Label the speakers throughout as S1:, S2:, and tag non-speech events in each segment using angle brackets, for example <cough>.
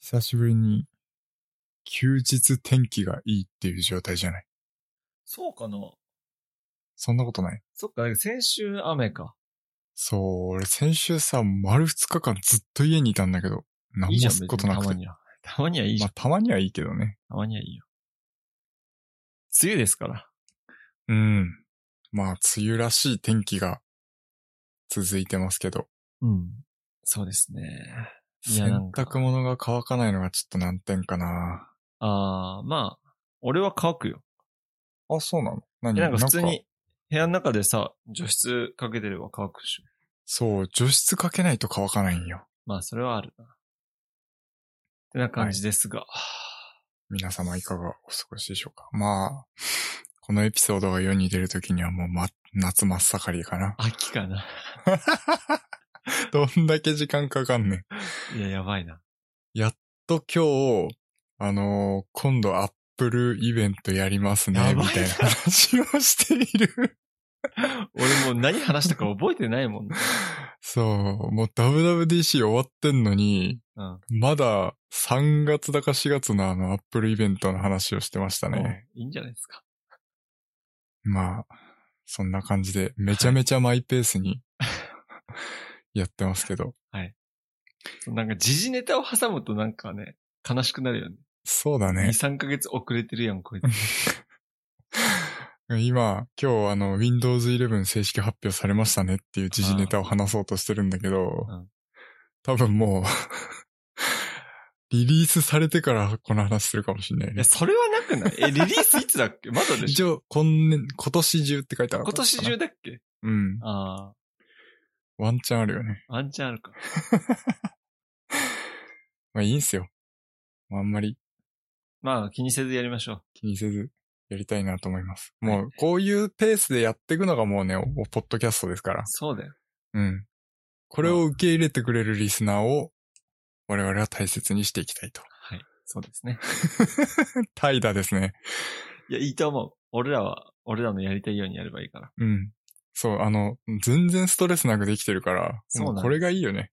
S1: 久しぶりに休日天気がいいっていう状態じゃない。
S2: そうかな
S1: そんなことない。
S2: そっか、先週雨か。
S1: そう、俺先週さ、丸2日間ずっと家にいたんだけど、何
S2: いいじゃ
S1: も
S2: ん、
S1: す
S2: 別
S1: る
S2: に
S1: ことな
S2: た
S1: く
S2: ま
S1: て。
S2: には。たまにはいいじ
S1: ま
S2: ゃん
S1: あ、。たまにはいいけどね。
S2: たまにはいいよ。梅雨ですから。
S1: うん。まあ、梅雨らしい天気が続いてますけど、
S2: うん。そうですね。いやなん
S1: 洗
S2: か
S1: 濯物が乾かないのがちょっと難点かな。
S2: あー、まあ、俺は乾くよ。
S1: あ、そうなの
S2: え
S1: 何
S2: なんか普通
S1: なんか
S2: に部屋の中でさ、除湿かけてれば乾くでしょ。
S1: そう、除湿かけないと乾かないんよ。
S2: まあ、それはあるな。ってな感じですが。
S1: 皆様いかがお過ごしでしょうかまあ、このエピソードが世に出るときにはもう、ま、夏真っ盛りかな。 <laughs>
S2: 秋かな。
S1: どんだけ時間かかんねん。
S2: いや、やばいな。
S1: と今日、あのー今度アップルイベントやります
S2: や
S1: ね、
S2: ば
S1: み
S2: いな
S1: たいな話をしている。 <laughs>
S2: 俺もう何話したか覚えてないもん、ね、
S1: そう、もう WWDC 終わってんのに、
S2: うん。
S1: まだ3月だか4月のあのアップルイベントの話をしてました <laughs> ね。
S2: もういいんじゃないですか。
S1: まあ、そんな感じで、めちゃめちゃマイペース
S2: <laughs>
S1: にやってますけど。
S2: なんか時事ネタを挟むとなんかね、悲しくなるよね。
S1: そうだ
S2: 2、
S1: ね。
S2: 3ヶ月遅れてるやん、こいつ。
S1: 今、今日あの、Windows 11正式発表されましたねっていう時事ネタを話そうとしてるんだけど
S2: うん、
S1: 多分もう、 <laughs> リリースされてからこの話するかもしんない
S2: い
S1: ね
S2: や、。それはなくないえ、リリース <laughs> いつだっけまだでし
S1: 一
S2: ょ
S1: 応、今年、今年中って書いてある。
S2: 今年中だっけ
S1: うん。
S2: あ
S1: ワンチャンあるよね。
S2: あ、ワンチャンあるか。
S1: まあいいんすよ。あんまり
S2: まあ、気にせずやりましょう。
S1: 気にせずやりたいなと思います。もう、こういうペースでやっていくのがもうね、おポッドキャストですから。
S2: そうだよ。
S1: うん。これを受け入れてくれるリスナーを、我々は大切にしていきたいと。
S2: はい。そうですね。
S1: 怠惰ですね。
S2: いや、いいと思う。俺らは、俺らのやりたいようにやればいいから。
S1: うん。そう、あの、全然ストレスなくできてるから、
S2: そうなの
S1: もこれがいいよね。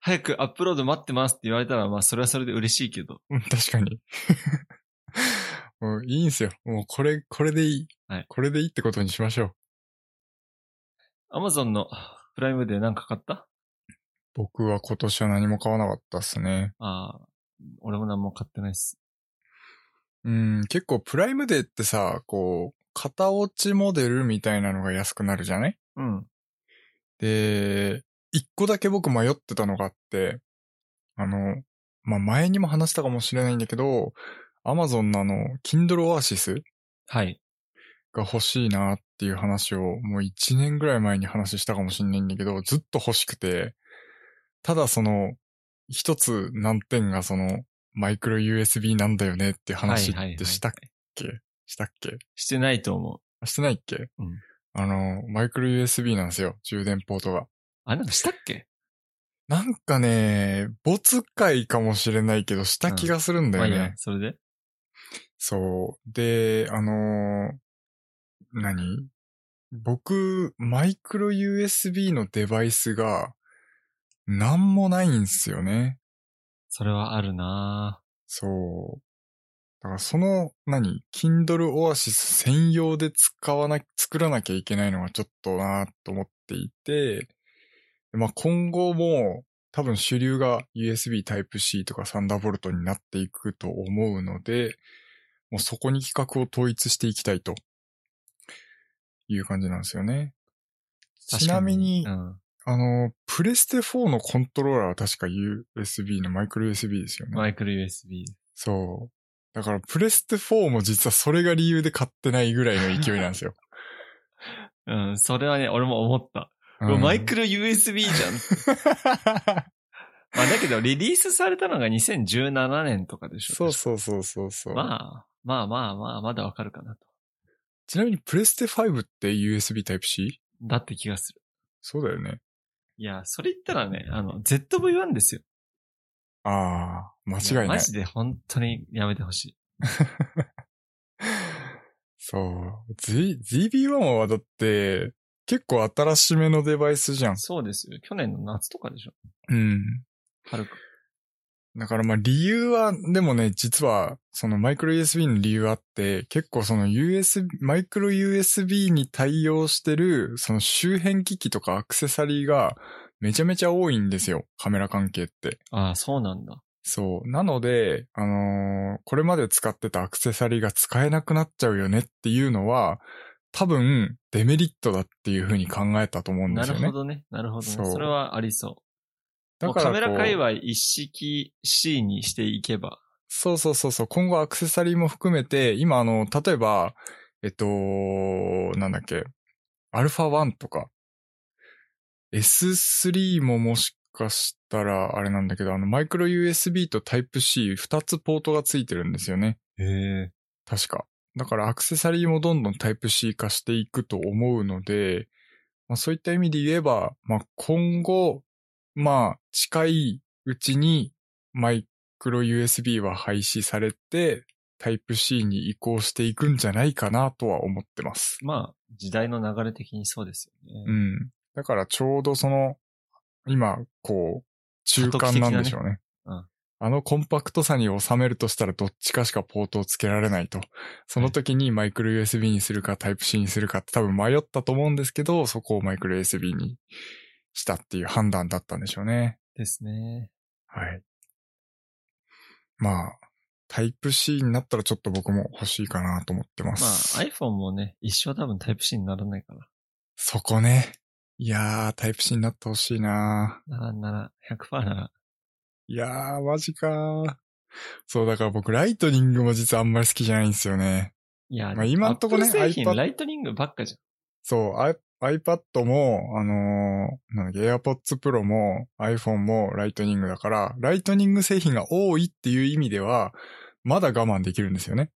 S2: 早くアップロード待ってますって言われたら、まあ、それはそれで嬉しいけど。
S1: うん、確かに。 <laughs> もういいんすよ。もうこれ、これでいい。
S2: はい
S1: これでいいってことにしましょう。
S2: アマゾンのプライムで何か買った
S1: 僕は今年は何も買わなかったっすね。
S2: ああ、俺も何も買ってないっす。
S1: うん、結構プライムデーってさ、こう、型落ちモデルみたいなのが安くなるじゃない
S2: うん。
S1: で、一個だけ僕迷ってたのがあって、あの、まあ、前にも話したかもしれないんだけど、アマゾンのあの、Kindle Oasis
S2: はい。
S1: が欲しいなっていう話をもう一年ぐらい前に話したかもしれないんだけど、ずっと欲しくて、ただその、一つ難点がその、マイクロ USB なんだよねっていう話
S2: はいはいはい
S1: ってしたっけしたっけ
S2: してないと思う。
S1: あしてないっけ、
S2: うん
S1: あの、マイクロ USB なんですよ、充電ポートが。
S2: あ、なんかしたっけ
S1: なんかね、没回かもしれないけど、した気がするんだ
S2: まあ
S1: よ
S2: いい
S1: ね。
S2: や、それで
S1: そう。で、あのー何僕、マイクロ USB のデバイスが、なんもないんすよね。
S2: それはあるな
S1: そう。だからその、何 Kindle Oasis 専用で使わな、作らなきゃいけないのはちょっとなぁと思っていて、まあ今後も多分主流が USB Type-C とかサンダーボルトになっていくと思うので、もうそこに規格を統一していきたいという感じなんですよね。
S2: ぁ
S1: ちなみに
S2: う、ん。
S1: あの、プレステ4のコントローラーは確か USB のマイクロ USB ですよね。
S2: マイクロ USB。
S1: そう。だから、プレステ4も実はそれが理由で買ってないぐらいの勢いなんです
S2: <laughs>
S1: よ。
S2: うん、それはね、俺も思った。う
S1: う
S2: わ
S1: ん
S2: マイクロ USB じゃん。 <laughs> まあ、だけど、リリースされたのが2017年とかでしょ。
S1: <laughs> そうそうそうそうそう、
S2: まあ、まあまあまあ、まだわかるかなと。
S1: ちなみに、プレステ5って USB Type-C?
S2: だって気がする。
S1: そうだよね。
S2: いや、それ言ったらね、あの、ZV-1 ですよ。
S1: ああ、間違い
S2: や
S1: な
S2: マ
S1: い。
S2: ジで本当にやめてほしい。
S1: そう。Z、ZB1 はだって、結構新しめのデバイスじゃん。
S2: そうですよ。去年の夏とかでしょ。
S1: うん。
S2: 春か。
S1: だからまあ理由は、でもね、実は、そのマイクロ USB の理由あって、結構その USB、マイクロ USB に対応してる、その周辺機器とかアクセサリーがめちゃめちゃ多いんですよ。カメラ関係って。
S2: ああ、そうなんだ。
S1: そう。なので、あのーこれまで使ってたアクセサリーが使えなくなっちゃうよねっていうのは、多分デメリットだっていうふうに考えたと思うんで
S2: な
S1: す
S2: る
S1: よね。
S2: ほどね。なるほどね。
S1: そう
S2: それはありそう。
S1: だ
S2: もうカ
S1: こ
S2: メ
S1: う
S2: ラ界隈一式 C にしていけば。
S1: そうそうそうそう。今後アクセサリーも含めて、今あの、例えば、えっと、なんだっけ、アルファ1とか、S3 ももしかしたら、あれなんだけど、あの、マイクロ USB と Type-C、二つポートがついてるんですよね。
S2: へえ。
S1: 確か。だからアクセサリーもどんどん Type-C 化していくと思うので、まあ、そういった意味で言えば、まあ、今後、まあ、近いうちにマイクロ USB は廃止されて、Type-C に移行していくんじゃないかなとは思ってます。
S2: まあ、時代の流れ的にそうですよね。
S1: うん。だからちょうどその、今、こう、中間なんでしょうね。
S2: 多角的なね
S1: あのコンパクトさに収めるとしたらどっちかしかポートをつけられないと。その時にマイクロ USB にするか Type-C にするかって多分迷ったと思うんですけど、そこをマイクロ USB にしたっていう判断だったんでしょうね。
S2: ですね。
S1: はい。まあ、Type-C になったらちょっと僕も欲しいかなと思ってま。
S2: ますあ、iPhone もね、一生多分 Type-C にならないから。
S1: そこね。いやー、Type-C になってほしいなー。
S2: なら、なら、100%なら。
S1: いやー、マジかー。そう、だから僕、ライトニングも実はあんまり好きじゃないんですよね。
S2: いや、
S1: まあ今んとこね
S2: Apple 製品、
S1: iPad
S2: ライトニングばっかじ
S1: そう、I- iPad も、あのー、なんだっけ、AirPods Pro も iPhone もライトニングだから、ライトニング製品が多いっていう意味では、まだ我慢できるんですよね。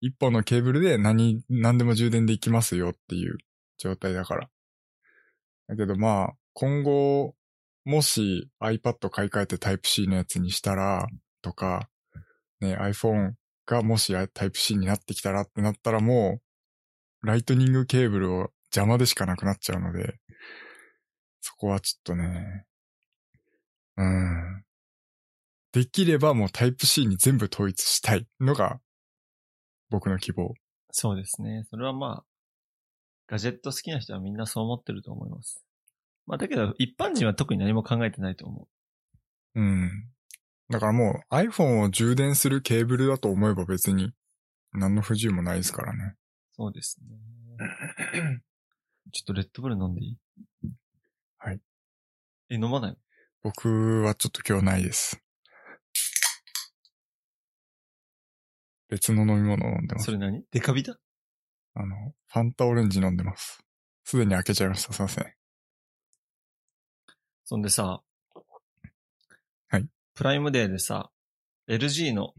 S1: 一本のケーブルで何、何でも充電できますよっていう状態だから。だけどまあ、今後、もし iPad 買い替えて Type-C のやつにしたら、とか、ね、iPhone がもし Type-C になってきたらってなったらもう、ライトニングケーブルを邪魔でしかなくなっちゃうので、そこはちょっとね、うん。できればもうタイプ C に全部統一したいのが僕の希望。
S2: ゃん。そうですね。それはまあ、ガジェット好きな人はみんなそう思ってると思います。まあだけど、一般人は特に何も考えてないと思
S1: うん。だからもう iPhone を充電するケーブルだと思えば別に何の不自由もないですからね。
S2: う。そうですね。ちょっとレッドブル飲んでいい
S1: はい。
S2: え、飲まない
S1: 僕はちょっと今日ないです。別の飲み物を飲んでます
S2: そ。れ何デカビタ
S1: あの、ファンタオレンジ飲んでます。すでに開けちゃいました。すいません。
S2: そんでさ、
S1: はい。
S2: プライムデーでさ、LG の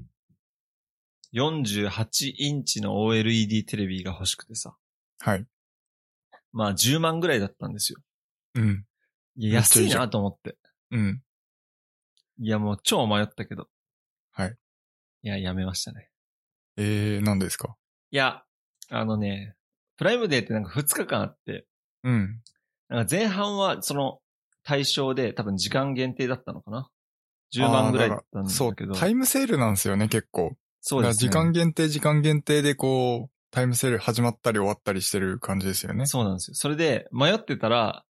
S2: 48インチの OLED テレビが欲しくてさ、
S1: はい。
S2: まあ10万ぐらいだったんですよ。
S1: うん。
S2: い
S1: め
S2: や、
S1: っちゃ
S2: 安
S1: いい
S2: い
S1: じゃん
S2: なと思って。
S1: うん。
S2: いや、もう超迷ったけど。
S1: はい。
S2: いや、やめましたね。
S1: えー、何ですか
S2: いや、あのね、プライムデーってなんか2日間あって、
S1: うん。
S2: なんか前半はその対象で多分時間限定だったのかな ?10 万ぐらいだったんだ
S1: そう、
S2: けど。
S1: タイムセールなんですよね、結構。
S2: そうです、ね。
S1: だから時間限定、時間限定でこう、タイムセール始まったり終わったりしてる感じですよね。
S2: そうなんですよ。それで、迷ってたら、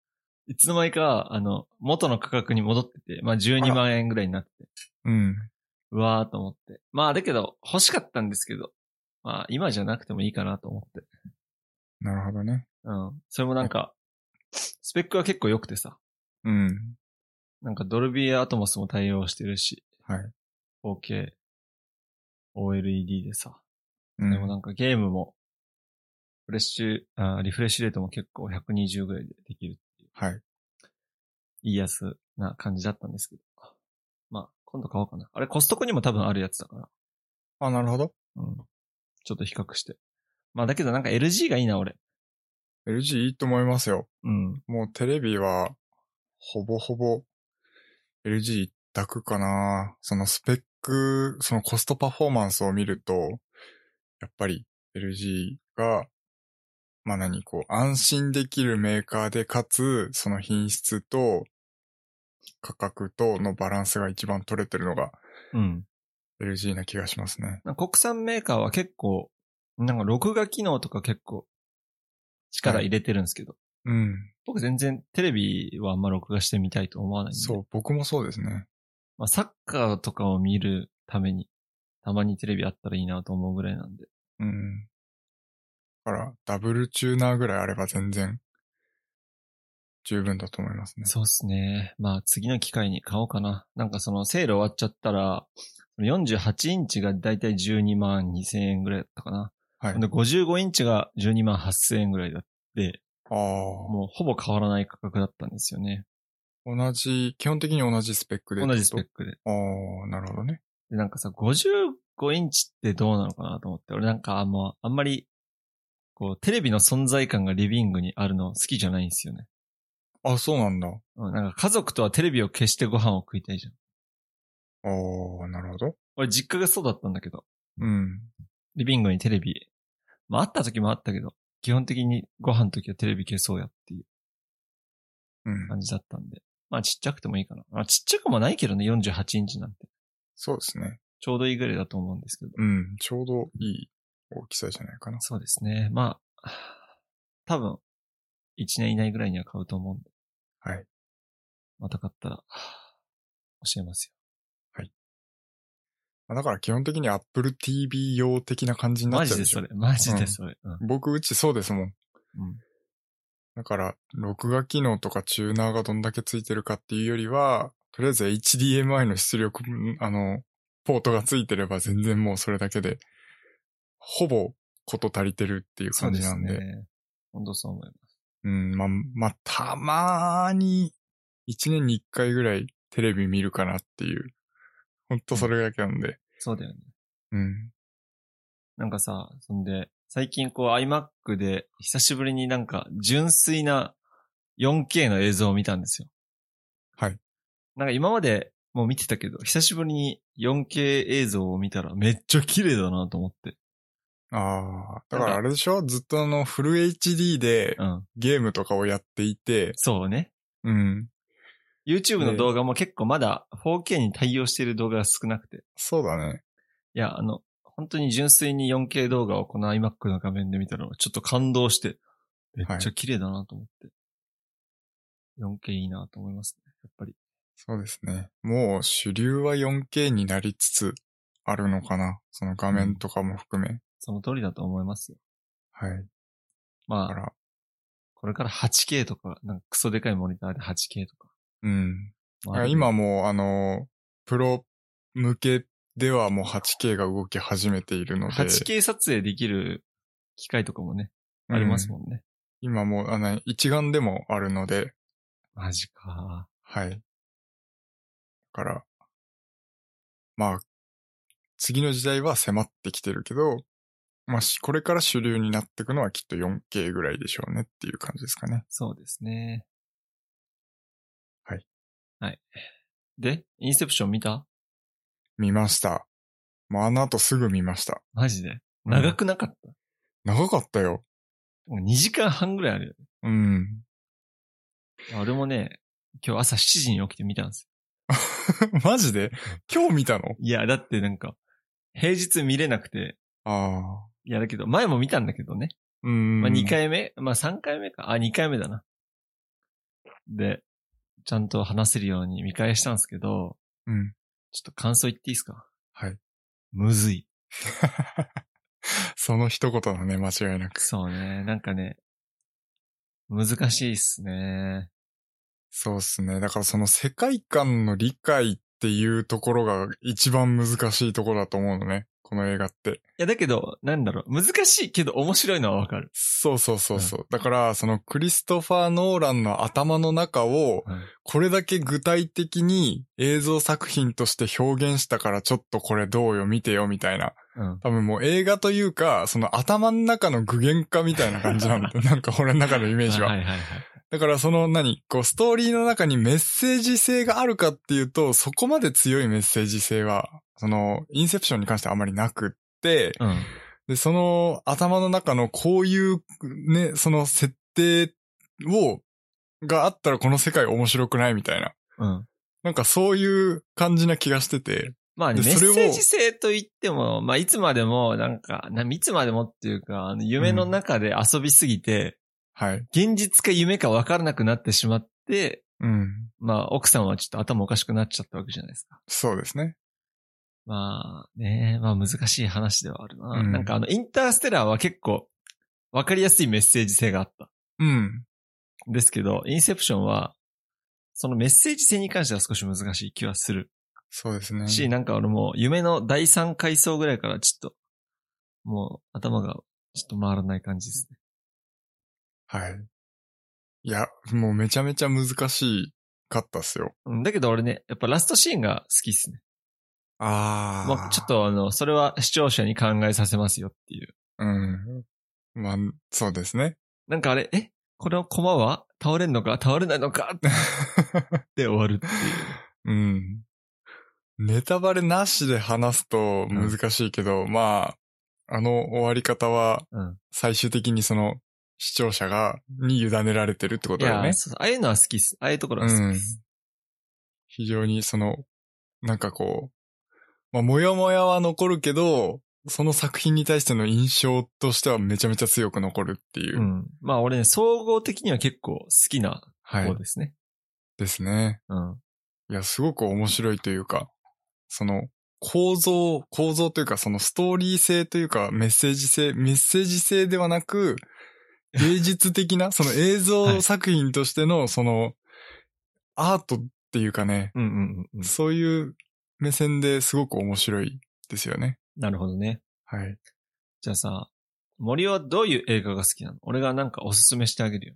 S2: いつの間にか、あの、元の価格に戻ってて、まあ12万円ぐらいになってて、
S1: うん。
S2: うわーと思って。まあだけど、欲しかったんですけど、まあ今じゃなくてもいいかなと思って。
S1: なるほどね。
S2: うん。それもなんか、スペックは結構良くてさ、
S1: うん。
S2: なんかドルビーアトモスも対応してるし、
S1: はい。
S2: OK、OLED でさ、
S1: うん
S2: でもなんかゲームも、フレッシュ、あリフレッシュレートも結構120ぐらいでできる
S1: はい。
S2: いいやつな感じだったんですけど。まあ、今度買おうかな。あれ、コストコにも多分あるやつだから。
S1: あ、なるほど。
S2: うん。ちょっと比較して。まあ、だけどなんか LG がいいな、俺。
S1: LG いいと思いますよ。
S2: うん。
S1: もうテレビは、ほぼほぼ、LG 一択かな。そのスペック、そのコストパフォーマンスを見ると、やっぱり LG が、まあ何、こう、安心できるメーカーで、かつ、その品質と、価格とのバランスが一番取れてるのが
S2: うん。
S1: LG な気がしますね。
S2: なんか国産メーカーは結構、なんか録画機能とか結構力入れてるんですけど、
S1: うん。
S2: 僕全然テレビはあんま録画してみたいと思わないんで。
S1: そう、僕もそうですね。
S2: まあ、サッカーとかを見るために、たまにテレビあったらいいなと思うぐらいなんで。
S1: うん。だから、ダブルチューナーぐらいあれば全然、十分だと思いますね。
S2: そうですね。まあ次の機会に買おうかな。なんかそのセール終わっちゃったら、48インチがだいたい12万2000円ぐらいだったかな。
S1: はい。
S2: で
S1: あ
S2: 55インチが12万8000円ぐらいだって、
S1: あ。
S2: もうほぼ変わらない価格だったんですよね。
S1: 同じ、基本的に同じスペックで。
S2: 同じスペッ
S1: ク。
S2: クで。
S1: ああ、なるほどね。
S2: で、なんかさ、55インチってどうなのかなと思って、俺なんかあんま、あんまり、こう、テレビの存在感がリビングにあるの好きじゃないんですよね。
S1: あ、そうなんだ。あ
S2: うんなんか家族とはテレビを消してご飯を食いたいじゃん。
S1: あ、なるほど。
S2: 俺実家がそうだったんだけど、
S1: うん。
S2: リビングにテレビ、まああった時もあったけど、基本的にご飯の時はテレビ消そうやっていう
S1: うん。
S2: 感じだったんで。まあちっちゃくてもいいかな。まあちっちゃくもないけどね、48インチなんて。
S1: そうですね。
S2: ちょうどいいぐらいだと思うんですけど。
S1: うん。ちょうどいい大きさじゃないかな。
S2: そうですね。まあ、多分、1年以内ぐらいには買うと思うんで。
S1: はい。
S2: また買ったら、教えますよ。
S1: まあだから基本的に Apple TV 用的な感じにな
S2: マ
S1: っちゃう
S2: ジで
S1: でしょ
S2: それ。マジでそれ。うん。
S1: 僕、うちそうですもん。
S2: うん。
S1: だから、録画機能とかチューナーがどんだけついてるかっていうよりは、とりあえず HDMI の出力、んあの、ポートがついてれば全然もうそれだけで、ほぼこと足りてるっていう
S2: そう
S1: 感
S2: で
S1: じな
S2: す
S1: んで。
S2: ね。本当そう思います。
S1: うん、まあ、まあ、たまーに、一年に一回ぐらいテレビ見るかなっていう。ほんとそれだけなんで。
S2: そうだよね。
S1: うん。
S2: なんかさ、そんで、最近こう iMac で久しぶりになんか純粋な 4K の映像を見たんですよ。
S1: はい。
S2: なんか今までもう見てたけど、久しぶりに 4K 映像を見たらめっちゃ綺麗だなと思って。
S1: ああ、だからあれでしょずっとあの、フル HD で
S2: うん。
S1: ゲームとかをやっていて、
S2: そうね。
S1: うん。
S2: YouTube
S1: ね
S2: の動画も結構まだ 4K に対応している動画が少なくて。
S1: そうだね。
S2: いや、あの、本当に純粋に 4K 動画をこの iMac の画面で見たのはちょっと感動して、めっちゃ綺麗だなと思って。4K いいなと思いますね、やっぱり。
S1: そうですね。もう主流は 4K になりつつあるのかな。その画面とかも含め。
S2: その通りだと思いますよ。
S1: はい。だ
S2: ま
S1: か
S2: あ、
S1: ら、
S2: これから 8K とか、なんかクソでかいモニターで 8K とか。
S1: うん。だ
S2: ま
S1: か
S2: あ
S1: ら今、もうあの、プロ向けではもう 8K が動き始めているので。
S2: 8K 撮影できる機械とかもね、あります
S1: ん。
S2: もんね。
S1: 今もう、あの、一眼でもあるので、
S2: マジか。
S1: はい。だから、まあ、次の時代は迫ってきてるけど、まあ、しこれから主流になっていくのはきっと 4K ぐらいでしょうねっていう感じですかね。
S2: そうですね。
S1: はい。
S2: はい。で、インセプション見た
S1: 見ました。まあ、あの後すぐ見ました。
S2: マジで
S1: うん
S2: 長くなかった
S1: 長かったよ。
S2: 2時間半ぐらいあるよ。
S1: うん。 <laughs>
S2: 俺もね、今日朝7時に起きて見たんです
S1: マジで今日見たの
S2: よ。いや、だってなんか、平日見れなくて、
S1: ああ。
S2: いやだけど、前も見たんだけどね。
S1: うん。
S2: まあ2回目、まあ3回目か。あ、2回目だな。で、ちゃんと話せるように見返したんですけど、
S1: うん。
S2: ちょっと感想言っていいですか
S1: はい。 <laughs>
S2: むずい。
S1: その一言だね、間違いなく。
S2: そうね、なんかね、難しいっすね。
S1: そうっすね。だからその世界観の理解っていうところが一番難しいところだと思うのね。この映画って。
S2: いや、だけど、なんだろう、難しいけど面白いのはわかる。
S1: そうそうそうそう。だから、そのクリストファー・ノーランの頭の中を、これだけ具体的に映像作品として表現したからちょっとこれどうよ、見てよ、みたいな。
S2: うん。
S1: 多分もう映画というか、その頭の中の具現化みたいな感じなんだよ。なんか俺の中のイメージは。
S2: はいはいはい。
S1: だからその何こうストーリーの中にメッセージ性があるかっていうと、そこまで強いメッセージ性は、その、インセプションに関してはあまりなくって、
S2: うん。
S1: で、その頭の中のこういうね、その設定を、があったらこの世界面白くないみたいな。
S2: うん。
S1: なんかそういう感じな気がしてて、
S2: まあね、
S1: で
S2: メッ
S1: それを
S2: セージ性といっても、まあいつまでも、なんか、なんいつまでもっていうか、あの夢の中で遊びすぎて、
S1: はい。
S2: 現実か夢か分からなくなってしまって、
S1: うん。
S2: まあ奥さんはちょっと頭おかしくなっちゃったわけじゃないですか。
S1: そうですね。
S2: まあね、まあ難しい話ではあるな。
S1: うん
S2: なんかあの、インターステラーは結構、分かりやすいメッセージ性があった。
S1: うん。
S2: ですけど、インセプションは、そのメッセージ性に関しては少し難しい気はする。
S1: そうですね。
S2: し、なんか俺もう夢の第3階層ぐらいからちょっと、もう頭がちょっと回らない感じですね。
S1: はい。いや、もうめちゃめちゃ難しかったっすよ。
S2: うんだけど俺ね、やっぱラストシーンが好きですね。
S1: あ
S2: まあ、ちょっ。とあの、それは視聴者に考えさせますよっていう。
S1: うん。まあ、そうですね。 <laughs>
S2: なんかあれ、えこの駒は倒れんのか倒れないのかって終わるっていう。
S1: うん。ネタバレなしで話すと難しいけど、まあ、あの終わり方は
S2: うん、
S1: 最終的にその視聴者が、に委ねられてるってこと
S2: い
S1: だよね
S2: や、。そうああいうのは好きです。ああいうところは好きです。
S1: 非常にその、なんかこう、まあ、もやもやは残るけど、その作品に対しての印象としてはめちゃめちゃ強く残るっていうう。
S2: ん。まあ俺ね、総合的には結構好きな
S1: は
S2: 方
S1: い。
S2: ですね。
S1: ですね。
S2: うん。
S1: いや、すごく面白いというか、その、構造、構造というか、そのストーリー性というか、メッセージ性、メッセージ性ではなく、芸術的な、その映像作品としての、その、アートっていうかね、
S2: うんうんうんうん。
S1: そういう目線ですごく面白いですよね。
S2: なるほどね。
S1: はい。
S2: じゃあさ、森はどういう映画が好きなの俺がなんかおすすめしてあげるよ。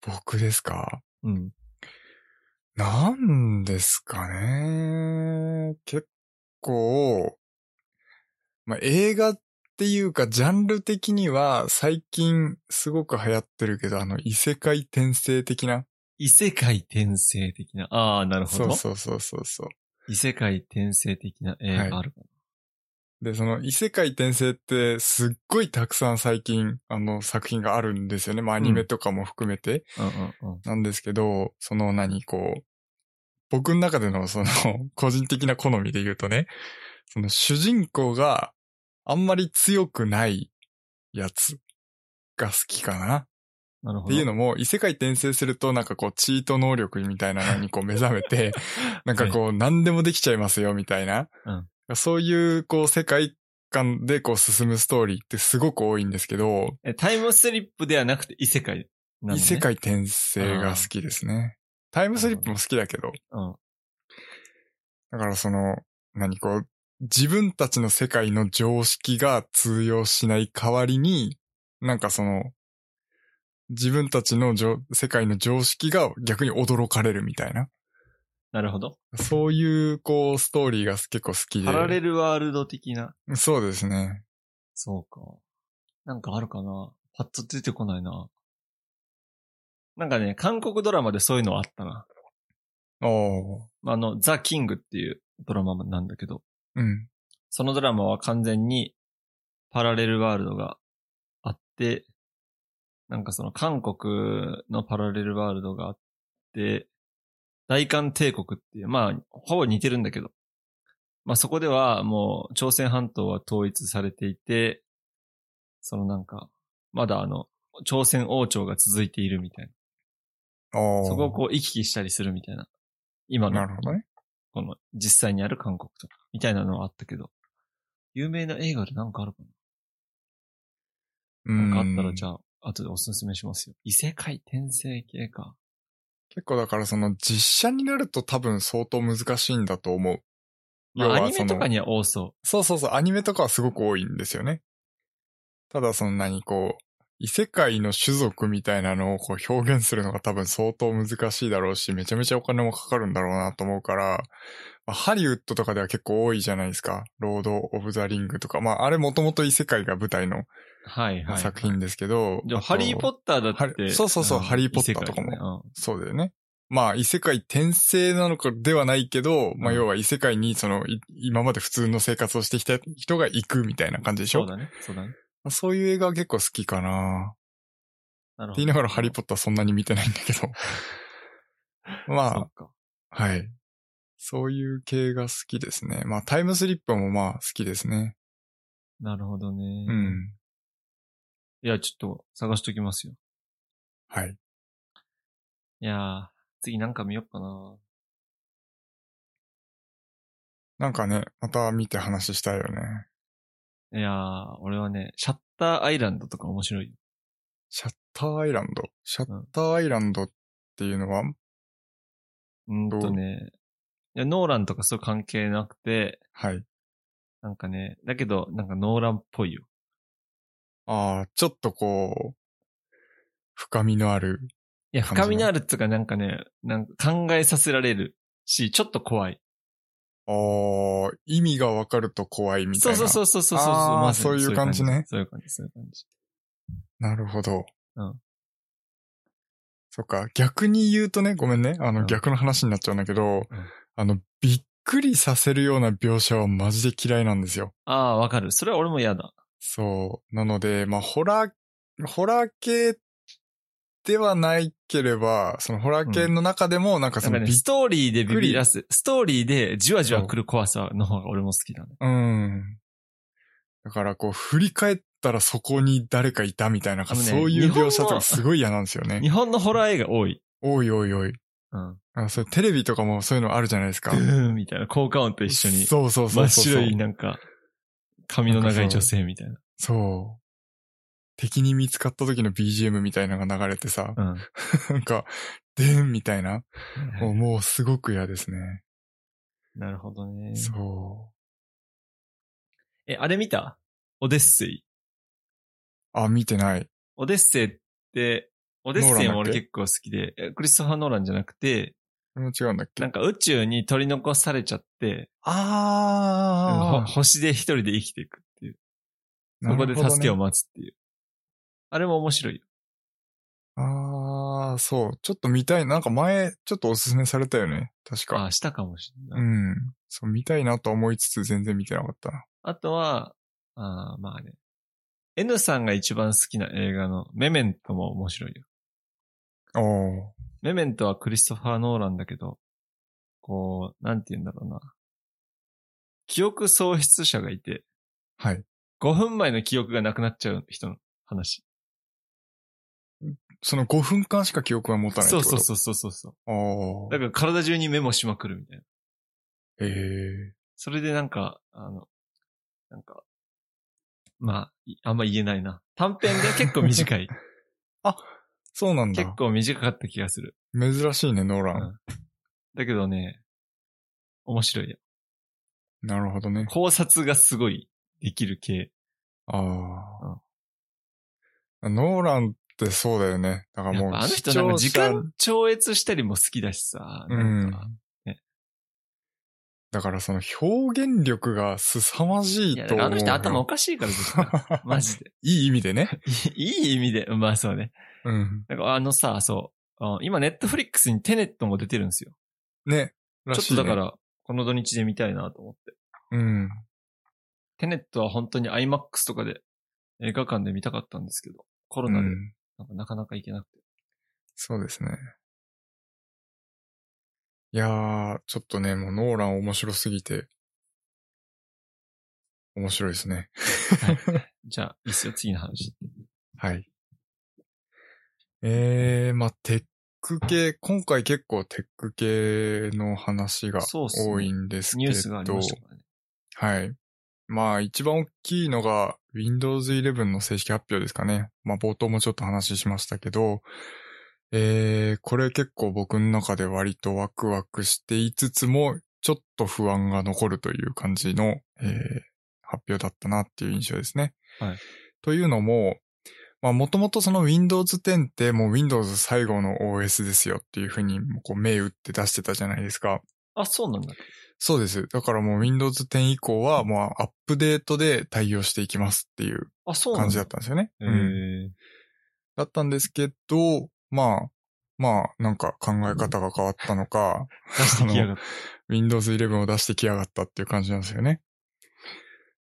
S1: 僕ですか
S2: うん。
S1: なんですかね結構、まあ、映画っていうか、ジャンル的には最近すごく流行ってるけど、あの、異世界転生的な。
S2: 異世界転生的な。ああ、なるほど。
S1: そうそうそうそうそう。
S2: 異世界転生的な映画あるか
S1: で、その異世界転生ってすっごいたくさん最近、あの、作品があるんですよね。まあ、アニメとかも含めて。
S2: な。うんうんうん。
S1: なんですけど、その何、こう、僕の中でのそ <laughs> の個人的な好みで言うとね、その主人公があんまり強くないやつが好きかな。
S2: なるほ
S1: っ
S2: ど。
S1: ていうのも、異世界転生するとなんかこうチート能力みたいなのにこう目覚め <laughs> て、なんかこう何でもできちゃいますよみたいな。そういうこう世界観でこう進むストーリーってすごく多いんですけど、
S2: え、タイムスリップではなくて異世界なのね
S1: 異世。界転生が好きですね。タイムスリップも好きだけど、
S2: うん。
S1: だからその、何こう、自分たちの世界の常識が通用しない代わりに、なんかその、自分たちのじょ世界の常識が逆に驚かれるみたいな。
S2: なるほど。
S1: そういう、こう、ストーリーが結構好きで。
S2: パラレルワールド的な。
S1: そうですね。
S2: そうか。なんかあるかな。パッと出てこないな。なんかね、韓国ドラマでそういうのあったな。
S1: おー。
S2: あの、ザ・キングっていうドラマなんだけど、
S1: うん。
S2: そのドラマは完全にパラレルワールドがあって、なんかその韓国のパラレルワールドがあって、大韓帝国っていう、まあ、ほぼ似てるんだけど、まあそこではもう朝鮮半島は統一されていて、そのなんか、まだあの、朝鮮王朝が続いているみたい
S1: お
S2: な。
S1: ー。
S2: そこをこう行き来したりするみたいな。今の
S1: なるほどね。
S2: この実際にある韓国とか、みたいなのはあったけど、有名な映画でなんかあるか
S1: う。
S2: ななんんかあったらじゃ
S1: あ。
S2: あ、後でおすすめしますよ。異世界転生系か。
S1: 結構だからその実写になると多分相当難しいんだと思う。
S2: まあ、ア
S1: 要は
S2: ニ
S1: そ
S2: メ
S1: の
S2: とかには多そ
S1: そうそうそう、アニメとかはすごく多いんですよね。ただそんなにこう、異世界の種族みたいなのをこう表現するのが多分相当難しいだろうし、めちゃめちゃお金もかかるんだろうなと思うから、まあハリウッドとかでは結構多いじゃないですか。ロード・オブ・ザ・リングとか。まあ、あれもともと異世界が舞台の
S2: う。はいはい。
S1: 作品ですけど。
S2: でもハリー・ポッ
S1: ター
S2: ターだっ
S1: ハ
S2: て。
S1: リそうそうそうんハリーポッターとかも
S2: 異世界だね
S1: そうだよね。まあ、異世界転生なのかではないけど、まあ、
S2: うん
S1: 要は異世界にその、い今まで普通の生活をしてきた人が行くみたいな感じ
S2: うん
S1: でしょ
S2: そうだね。そうだね。
S1: まあそういう映画は結構好きかな。
S2: なる
S1: っ <laughs>
S2: ほど。
S1: て言いながらハリーポッターそんなに見てないんだけど。
S2: そ
S1: ま
S2: っか。
S1: はい。そういう系が好きですね。まあタイムスリップもまあ好きですね。
S2: なるほどね。
S1: うん。
S2: いや、ちょっと探しときますよ。
S1: はい。
S2: いやー、次なんか見よっかな。
S1: なんかね、また見て話したいよね。
S2: いやー、俺はね、シャッターアイランドとか面白い。
S1: シャッターアイランド。シャッターアイランドっていうのは、
S2: うーんとね、いや、ノーランとかそう関係なくて、
S1: はい。
S2: なんかね、だけど、なんかノーランっぽいよ。
S1: ああ、ちょっとこう、深みのある。
S2: いや、
S1: 感じの
S2: 深みのあるっつうかなんかね、なんか考えさせられるし、ちょっと怖い。
S1: ああ、意味がわかると怖いみた
S2: そ
S1: いうな。
S2: そうそうそうそうそう。
S1: あー
S2: まさに
S1: そういう感じね
S2: そういう感じ、そういう感じ。
S1: なるほど。
S2: うん。
S1: そっか。逆に言うとね、ごめんね。あ
S2: う
S1: の、
S2: ん
S1: 逆の話になっちゃうんだけど、あの、びっくりさせるような描写はマジで嫌いなんですよ。
S2: ああ、わかる。それは俺も嫌だ。
S1: そう。なので、まあ、ホラー、ホラー系ではないければ、そのホラー系の中でも、なんか
S2: な
S1: そ
S2: んか
S1: の
S2: ね、
S1: びっ
S2: ストーリーでビビらす。ストーリーでじわじわ来る怖さの方が俺も好きだね。
S1: うん。だからこう、振り返ったらそこに誰かいたみたいな、
S2: あのね
S1: そういう描写と
S2: 日本の
S1: かすごい嫌なんですよね
S2: 日。本のホラー映画多い。
S1: おいおいおい。
S2: うん。
S1: あそれテレビとかもそういうのあるじゃないですか
S2: ドゥ。ーンみたいな、効果音と一緒に。
S1: そうそう
S2: 真
S1: そう
S2: っ
S1: そう。
S2: 白い、なんか、髪の長い女性みたいな。
S1: そう。敵に見つかった時の BGM みたいなのが流れてさ、 <laughs>
S2: <laughs> うん。
S1: なんか、でんみたいな。もうもうすごく嫌ですね。
S2: なるほどね。
S1: そう。
S2: え、あれ見たオデッセイ。
S1: あ、見てない。
S2: オデッセイって、オデッセイも
S1: ノーランだ
S2: 俺
S1: っけ
S2: 結構好きで、えクリストファー・ノーランじゃなくて、
S1: これも違うんだっけ
S2: なんか宇宙に取り残されちゃって、なんか
S1: あ
S2: ほ星で一人で生きていくっていう。
S1: ー
S2: そこで助けを
S1: なる
S2: 待つっていう。あれも面白いよ。
S1: ほどねあー、そう。ちょっと見たい。なんか前、ちょっとおすすめされたよね。確か。
S2: ああ、したかもしれない。
S1: うん。そう、見たいなとは思いつつ全然見てなかったな。
S2: あとは、あーまあね。N さんが一番好きな映画のメメントも面白いよ。
S1: お
S2: メメントはクリストファー・ノーランだけど、こう、なんて言うんだろうな。記憶喪失者がいて、
S1: ーはい。
S2: 5分前の記憶がなくなっちゃう人の話。
S1: その5分間しか記憶が持たないって
S2: そ
S1: こ
S2: う
S1: と
S2: そうそうそうそうそう。
S1: う。お
S2: だから体中にメモしまくるみたいな。
S1: ええ
S2: それでなんか、あの、なんか、まあ、いあんま言えないな。短編で結構短 <laughs> い。
S1: そうなんだ
S2: 結。構短かった気がする。
S1: 珍しいね、ノーラン。
S2: だけどね、面白いよ。
S1: なるほどね。
S2: 考察がすごいできる系。
S1: ああ。ノーランってそうだよね。だから
S2: や
S1: も
S2: っ
S1: う、
S2: ぱあの
S1: 視
S2: 人なんか
S1: 聴
S2: 時
S1: 者
S2: 間超越したりも好きだしさ。
S1: う
S2: なん
S1: ん
S2: か。
S1: だからその表現力が凄まじ
S2: い
S1: い
S2: や、だ
S1: と
S2: から
S1: 思うよ。
S2: あの人頭おかしいから絶
S1: <laughs>
S2: 対マジで。
S1: いい意味でね。
S2: いいい意味で。まあ <laughs> そうね。
S1: うん。
S2: なんかあのさ、そう。あ今ネットフリックスにテネットも出てるんですよ。
S1: ね。ら
S2: ちょっ
S1: しい、
S2: と
S1: ね。
S2: だか。ら、この土日で見たいなと思って。
S1: うん。
S2: テネットは本当に IMAX とかで映画館で見たかったんですけど、コロナ
S1: う
S2: で
S1: ん
S2: なんかなかなか行けなくて。
S1: そうですね。いやー、ちょっとね、もうノーラン面白すぎて、面白いですね。
S2: じゃあ、いいっすよ、次の話。
S1: はい。えー、まあ、テック系、今回結構テック系の話が
S2: そうっすね
S1: 多いんですけ
S2: ニ
S1: ど、
S2: ュースがありましたからね。
S1: はい。まあ、一番大きいのが Windows 11の正式発表ですかね。まあ、冒頭もちょっと話しましたけど、えー、これ結構僕の中で割とワクワクしていつつも、ちょっと不安が残るという感じの、えー発表だったなっていう印象ですね。
S2: はい。
S1: というのも、まあ、もともとその Windows 10ってもう Windows 最後の OS ですよっていうふうに、こう、銘打って出してたじゃないですか。
S2: あ、そうなんだ。
S1: そうです。だからもう Windows 10以降はもうアップデートで対応していきますっていう
S2: あ、そうなんだ。
S1: 感じだったんですよね。
S2: へ
S1: うん
S2: ー
S1: だったんですけど、まあ、まあ、なんか考え方が変わったのか、
S2: 出してきやがった。
S1: Windows 11を出してきやがったっていう感じなんですよね。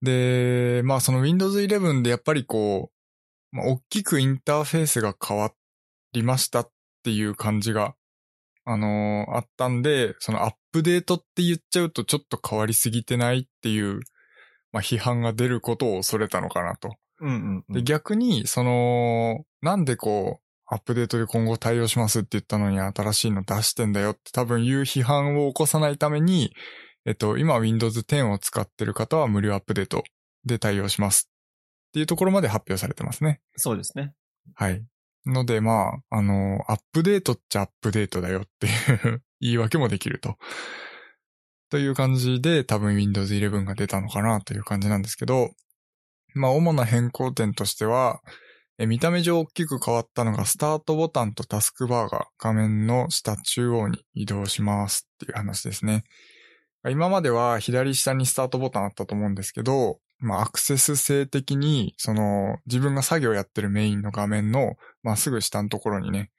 S1: で、まあその Windows 11でやっぱりこう、まあ、大きくインターフェースが変わりましたっていう感じが、あのーあったんで、そのアップデートって言っちゃうとちょっと変わりすぎてないっていう、まあ批判が出ることを恐れたのかなと。
S2: うんうんうん。
S1: で、逆に、その、なんでこう、アップデートで今後対応しますって言ったのに新しいの出してんだよって多分いう批判を起こさないために、えっと、今 Windows 10を使ってる方は無料アップデートで対応しますっていうところまで発表されてますね。
S2: そうですね。
S1: はい。ので、まあ、あの、アップデートっちゃアップデートだよっていう <laughs> 言い訳もできると。という感じで、多分 Windows 11が出たのかなという感じなんですけど、まあ、主な変更点としては、え見た目上大きく変わったのが、スタートボタンとタスクバーが画面の下中央に移動しますっていう話ですね。今までは左下にスタートボタンあったと思うんですけど、まあ、アクセス性的に、その、自分が作業やってるメインの画面の、まあ、すぐ下のところにね、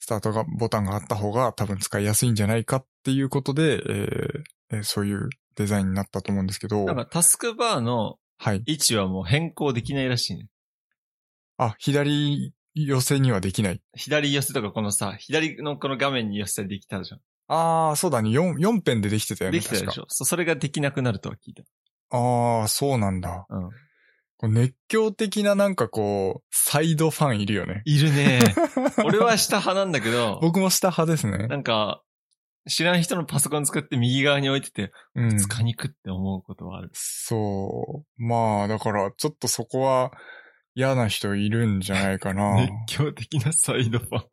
S1: スタートがボタンがあった方が多分使いやすいんじゃないかっていうことで、えーえーそういうデザインになったと思うんですけど、
S2: なんかタスクバーの
S1: はい。
S2: 位置はもう変更できないらしいね。
S1: あ、左寄せにはできない。
S2: 左寄せとかこのさ、左のこの画面に寄せたりできたじゃん。
S1: ああ、そうだね。4、四ペンでできてたよね。
S2: できたで
S1: 確
S2: し
S1: か。
S2: ょそそれができなくなるとは聞いた。
S1: ああ、そうなんだ。
S2: うん。
S1: こう熱狂的ななんかこう、サイドファンいるよね。
S2: いるね。俺は下派なんだけど、
S1: 僕も下派ですね。
S2: なんか、知らん人のパソコン使って右側に置いてて、
S1: うん。
S2: 使いにくって思うことはある。
S1: そう。まあ、だから、ちょっとそこは嫌な人いるんじゃないかな
S2: <laughs> 熱。狂的なサイドファン。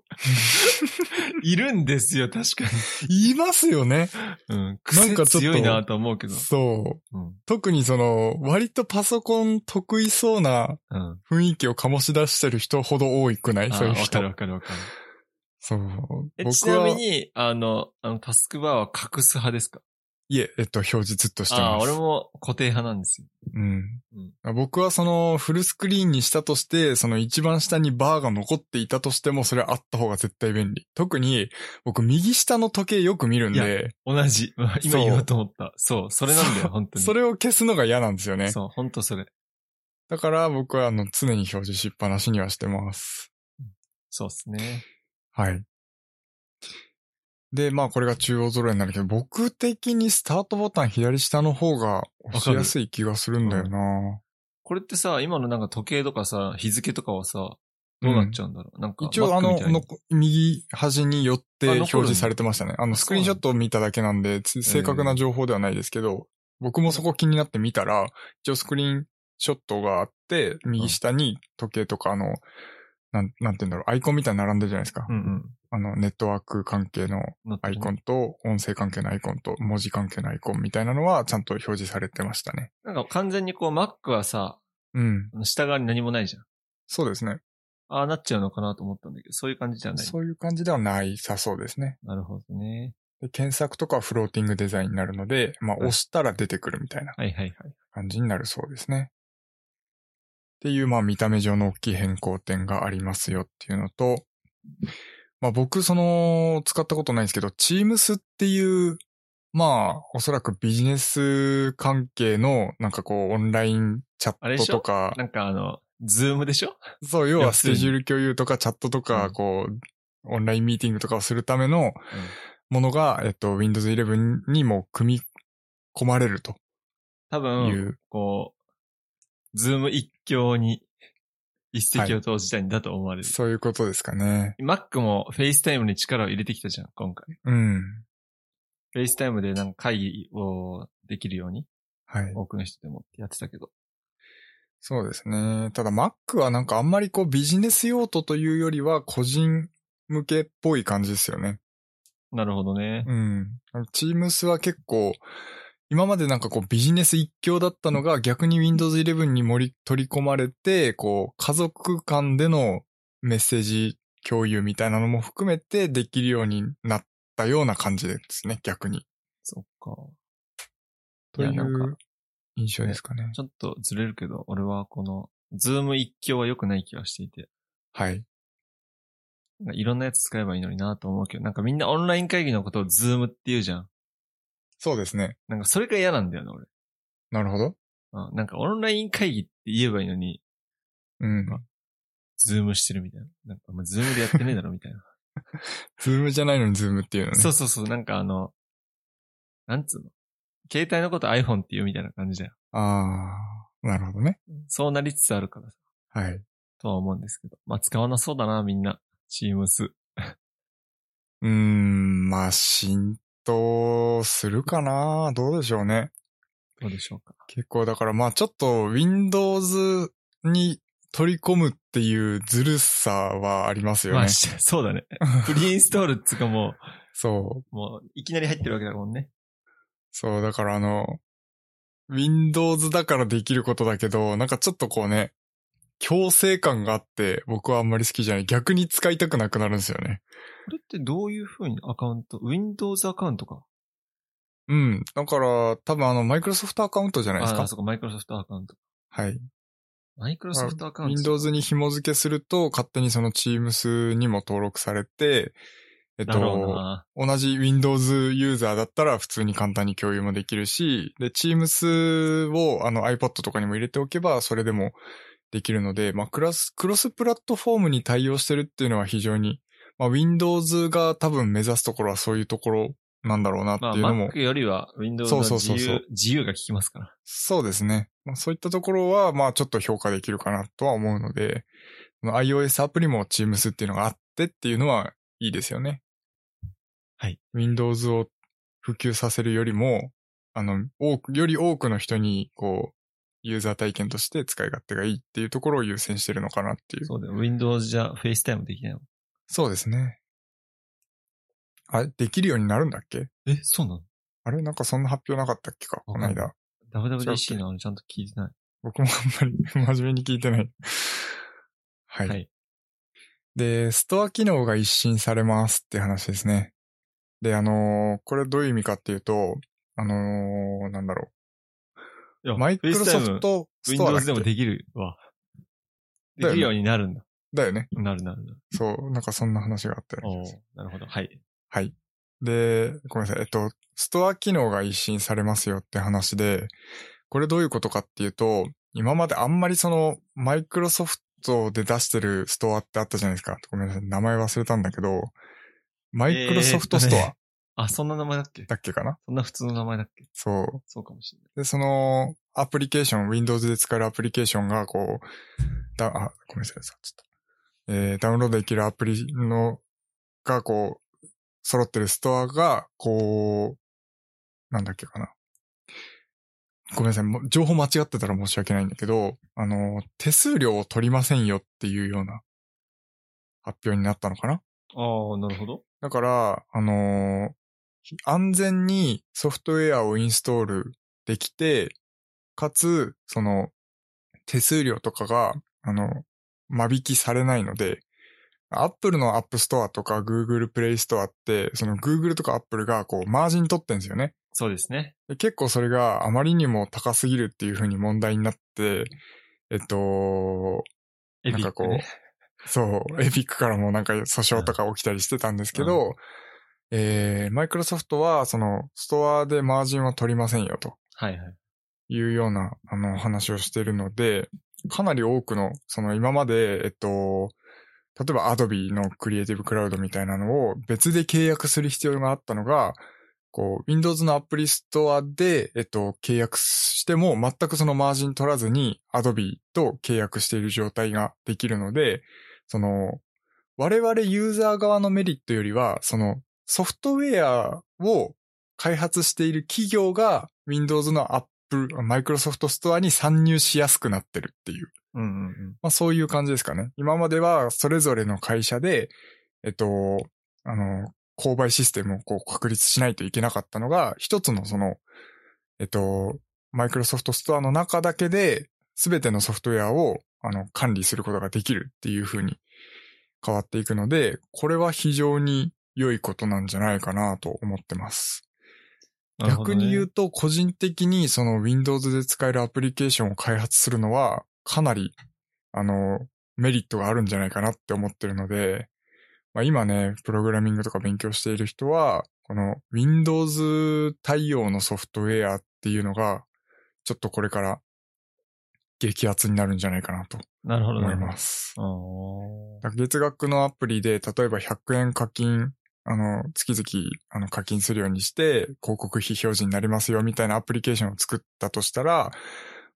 S2: いるんですよ、確か
S1: <laughs> いますよね。
S2: に。うん。
S1: なんか
S2: 癖
S1: ちょっと
S2: 強いなとは思うけど。
S1: そう。
S2: うん。
S1: 特にその、割とパソコン得意そうな
S2: うん。
S1: 雰囲気を醸し出してる人ほど多いくない
S2: あ
S1: そういう
S2: ーわか
S1: 人
S2: る。わかるわかる。
S1: そう。
S2: え、ち
S1: 僕
S2: なみ
S1: は、
S2: に、あの、あの、タスクバーは隠す派ですか
S1: いえ、えっと、表示ずっとして
S2: ああ
S1: ま
S2: ー、
S1: す。
S2: 俺も固定派なんですよ。
S1: うん。僕はそのフルスクリーンにしたとして、その一番下にバーが残っていたとしても、それあった方が絶対便利。特に、僕右下の時計よく見るん
S2: い
S1: で、
S2: 同じ。 <laughs> 今
S1: そう
S2: 言おうと思った。そう、それなんだよ、本当に。
S1: それを消すのが嫌なんですよね。
S2: そう、本当それ。
S1: だから僕はあの常に表示しっぱなしにはしてます。
S2: そうですね。
S1: はい。で、まあこれが中央揃えになるけど、僕的にスタートボタン左下の方が押しやすい気がするんだよな、
S2: これってさ、今のなんか時計とかさ、日付とかはさ、どうなっちゃうんだろう、なんか、
S1: 一応あ
S2: Mac
S1: の
S2: みたいに
S1: のこ右端に寄って
S2: あ残るんだ
S1: 表示されてましたね。あの、
S2: あ
S1: スクリーンショットを見ただけなんで、つ正確な情報ではないですけど、僕もそこ気になって見たら、一応スクリーンショットがあって、右下に時計とかあの、なん、なんて言うんだろう、アイコンみたいに並んでるじゃないですか。
S2: うんうん。
S1: あの、ネットワーク関係の
S2: 乗って
S1: ア
S2: る
S1: イ
S2: ね
S1: コンと、音声関係のアイコンと、文字関係のアイコンみたいなのは、ちゃんと表示されてましたね。
S2: なんか完全にこう、Mac はさ、
S1: うん。
S2: 下側に何もないじゃん。
S1: そうですね。
S2: ああなっちゃうのかなと思ったんだけど、そういう感じじゃない。
S1: そういう感じではないさそうですね。
S2: なるほどね。
S1: で検索とかはフローティングデザインになるので、まあ
S2: うん
S1: 押したら出てくるみたいな
S2: はいはいはい。
S1: 感じになるそうですね。っていう、まあ見た目上の大きい変更点がありますよっていうのと、まあ僕その使ったことないんですけど、Teams っていう、まあおそらくビジネス関係のなんかこうオンラインチャ
S2: あれ
S1: ッ
S2: で
S1: ト
S2: しょ
S1: とか、
S2: なんかあの、ズームでしょ
S1: そう要は
S2: 要す
S1: スケ
S2: るに
S1: ジュール共有とかチャットと
S2: う
S1: か、
S2: ん
S1: こう、オンラインミーティングとかをするための、ものが、えっと、Windows 11にも組み込まれると
S2: 多
S1: い
S2: 分、
S1: う、
S2: こう、ズーム一強に一石を投じたいんだと思われる。
S1: そういうことですかね。
S2: Mac も FaceTime に力を入れてきたじゃん、今回。
S1: うん。
S2: FaceTime でなんか会議をできるように、
S1: はい。
S2: 多くの人でもやってたけど。
S1: そうですね。ただ Mac はなんかあんまりこうビジネス用途というよりは個人向けっぽい感じですよね。
S2: なるほどね。
S1: うん。Teams は結構、今までなんかこうビジネス一強だったのが逆に Windows 11に盛り取り込まれて、こう家族間でのメッセージ共有みたいなのも含めてできるようになったような感じですね、逆に。
S2: そっか。
S1: とい
S2: いやなん
S1: う
S2: か
S1: 印象ですかね。
S2: ちょっとずれるけど、俺はこの、ズーム一強は良くない気がしていて、
S1: はい。
S2: なんかいろんなやつ使えばいいのになと思うけど、なんかみんなオンライン会議のことをズームって言うじゃん。
S1: そうですね。
S2: なんかそれが嫌なんだよね、俺。
S1: なるほど。
S2: うんなんかオンライン会議って言えばいいのに、
S1: うん。
S2: ズームしてるみたいな。なんか、まあ、ズームでやってねえだろみたいな。
S1: ズームじゃないのにズームっていうのね。
S2: そうそうそう、なんかあの、なんつうの携帯のこと iPhone って言うみたいな感じだよ。
S1: ああ、なるほどね。
S2: そうなりつつあるからさ、
S1: はい。
S2: とは思うんですけど。まあ、使わなそうだな、みんな。Teams。
S1: うーん、まあ、浸透するかなどうでしょうね。
S2: どうでしょうか。
S1: 結構だからまあちょっと Windows に取り込むっていうずるさはありますよ
S2: ま
S1: ね
S2: あ、。し <laughs> そうだね。プリインストールっつうかも
S1: そう。
S2: う、もう、いきなり入ってるわけだもんね。
S1: そう、だからあの、Windows だからできることだけど、なんかちょっとこうね、強制感があって僕はあんまり好きじゃない。逆に使いたくなくなるんですよね。
S2: これってどういう風にアカウント ?Windows アカウントか。
S1: うん。だから多分あの、Microsoft アカウントじゃないです
S2: あ、
S1: か
S2: あ。そこ、マイクロソフトアカウント。
S1: はい。
S2: マイクロソフトアカウント。
S1: Windows に紐付けすると勝手にその Teams にも登録されて、えっ
S2: だろう
S1: と、
S2: な。
S1: 同じ Windows ユーザーだったら普通に簡単に共有もできるし、で、Teams をあの iPad とかにも入れておけばそれでもできるので、まあクラス、クロスプラットフォームに対応してるっていうのは非常に、まあ Windows が多分目指すところはそういうところなんだろうなって
S2: まあ、
S1: いうのも、
S2: Mac よりは Windows
S1: そ
S2: の
S1: うそう
S2: 自
S1: そうそう
S2: 由、自由が効きますから。
S1: そうですね。まあそういったところはまあちょっと評価できるかなとは思うので、まあ iOS アプリも Teams っていうのがあってっていうのはいいですよね。
S2: はい。
S1: Windows を普及させるよりも、あの、多く、より多くの人に、こう、ユーザー体験として使い勝手がいいっていうところを優先してるのかなっていう。
S2: そうだよ。Windows じゃ FaceTime できないもん。
S1: そうですね。あれ、できるようになるんだっけ
S2: え、そうなの
S1: あれなんかそんな発表なかったっけかこ
S2: わ
S1: の
S2: かんない
S1: 間。
S2: ?WWDC のあのちゃんと聞いてない。
S1: 僕もあんまり真面目に聞いてない。はい。
S2: はい
S1: で、ストア機能が一新されますって話ですね。で、あのーこれどういう意味かっていうと、あのーなんだろ
S2: いや
S1: う。マイクロソフ
S2: FaceTime
S1: トストアだっ
S2: Windows
S1: け
S2: でもできるわ。
S1: だよ
S2: で
S1: ね
S2: きるようになるんだ。
S1: だよね。
S2: なるなるなる。
S1: そう、なんかそんな話があったような気
S2: お
S1: が
S2: ー
S1: する
S2: なるほど。はい。
S1: はい。で、ごめんなさい。えっと、ストア機能が一新されますよって話で、これどういうことかっていうと、今まであんまりその、マイクロソフトで出してるストアってあったじゃないですか。ごめんなさい。名前忘れたんだけど、マイクロソフトスト
S2: えーっと
S1: ア
S2: ねあ、そんな名前だっけ
S1: だっけかな、
S2: そんな普通の名前だっけ
S1: そう。
S2: そうかもしれない。
S1: で、その、アプリケーション、Windows で使えるアプリケーションが、こう、だ、あ、ごめんなさい、さ、ちょっと。えー、ダウンロードできるアプリの、が、こう、揃ってるストアが、こう、なんだっけかな。ごめんなさい、もう情報間違ってたら申し訳ないんだけど、あの、手数料を取りませんよっていうような発表になったのかな
S2: ああ、なるほど。
S1: だから、あのー安全にソフトウェアをインストールできて、かつ、その、手数料とかが、あの、間引きされないので、Apple の App Store とか Google Play Store って、その Google とか Apple がこう、マージン取ってんですよね。
S2: そうですね。
S1: で結構それがあまりにも高すぎるっていう風に問題になって、えっと、
S2: エピック、ね。
S1: なんかそう、エピックからもなんか訴訟とか起きたりしてたんですけど、えー、マイクロソフトはそのストアでマージンは取りませんよと
S2: はいはい。
S1: いうようなあの話をしてるので、かなり多くの、その今まで、えっと、例えば Adobe のクリエイティブクラウドみたいなのを別で契約する必要があったのが、こう、Windows のアプリストアで、えっと、契約しても全くそのマージン取らずに Adobe と契約している状態ができるので、その、我々ユーザー側のメリットよりは、そのソフトウェアを開発している企業が Windows の Apple、Microsoft ストアに参入しやすくなってるっていう。
S2: うんうんうん。
S1: まあそういう感じですかね。今まではそれぞれの会社で、えっと、あの、購買システムをこう確立しないといけなかったのが、一つのその、えっと、マイクロソフトストアの中だけで、すべてのソフトウェアをあの管理することができるっていう風に変わっていくので、これは非常に良いことなんじゃないかなと思ってます。逆に言う
S2: う。
S1: と、個人的にその Windows で使えるアプリケーションを開発するのは、かなり、あの、メリットがあるんじゃないかなって思ってるので、まあ、今ね、プログラミングとか勉強している人は、この Windows 対応のソフトウェアっていうのが、ちょっとこれから激アツになるんじゃないかなと
S2: なるほど。
S1: 思
S2: ないるほど
S1: ます。
S2: あー
S1: だから月額のアプリで、例えば100円課金、あの、月々、あの、課金するようにして、広告費表示になりますよ、みたいなアプリケーションを作ったとしたら、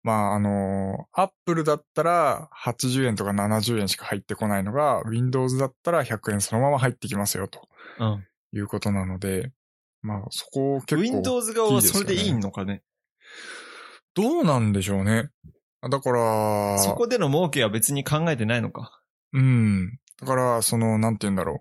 S1: まあ、あの、アップルだったら80円とか70円しか入ってこないのが、Windows だったら100円そのまま入ってきますよ、と
S2: うん。
S1: いうことなので、まあ、そこを結構。
S2: Windows 側はそれでいいのかね。
S1: どうなんでしょうね。だから、
S2: そこでの儲けは別に考えてないのか。
S1: うん。だから、その、なんて言うんだろう。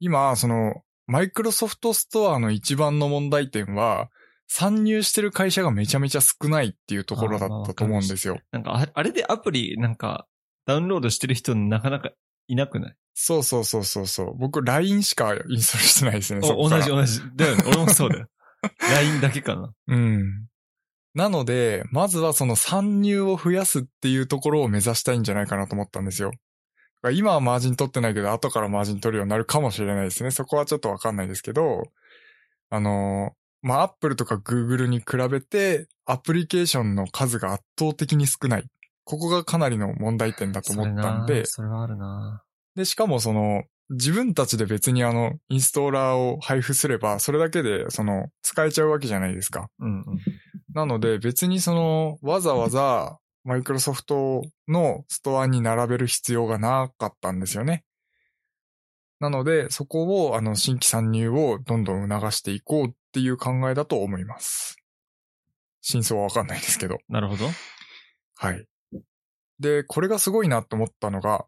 S1: 今、その、マイクロソフトストアの一番の問題点は、参入してる会社がめちゃめちゃ少ないっていうところだ
S2: あーまあ
S1: っ
S2: わ
S1: たと
S2: かる
S1: 思うんですよ。
S2: なんかあ、あれでアプリ、なんか、ダウンロードしてる人なかなかいなくない
S1: そうそうそうそうそう。僕、LINE しかインストールしてないですね。そこ
S2: お
S1: か
S2: 同
S1: ら
S2: じ同じ。だ <laughs> よね。俺もそうだよ。LINE だけかな。
S1: うん。なので、まずはその参入を増やすっていうところを目指したいんじゃないかなと思ったんですよ。だから今はマージン取ってないけど、後からマージン取るようになるかもしれないですね。そこはちょっとわかんないですけど、あのー、まあ、アップルとかグーグルに比べて、アプリケーションの数が圧倒的に少ない。ここがかなりの問題点だと思ったんで、
S2: それなそれはあるな
S1: で、しかもその、自分たちで別にあの、インストーラーを配布すれば、それだけで、その、使えちゃうわけじゃないですか。
S2: うんうん。
S1: なので別にそのわざわざマイクロソフトのストアに並べる必要がなかったんですよね。なのでそこをあの新規参入をどんどん促していこうっていう考えだと思います。真相はわかんないですけど。
S2: なるほど。
S1: はい。で、これがすごいなと思ったのが、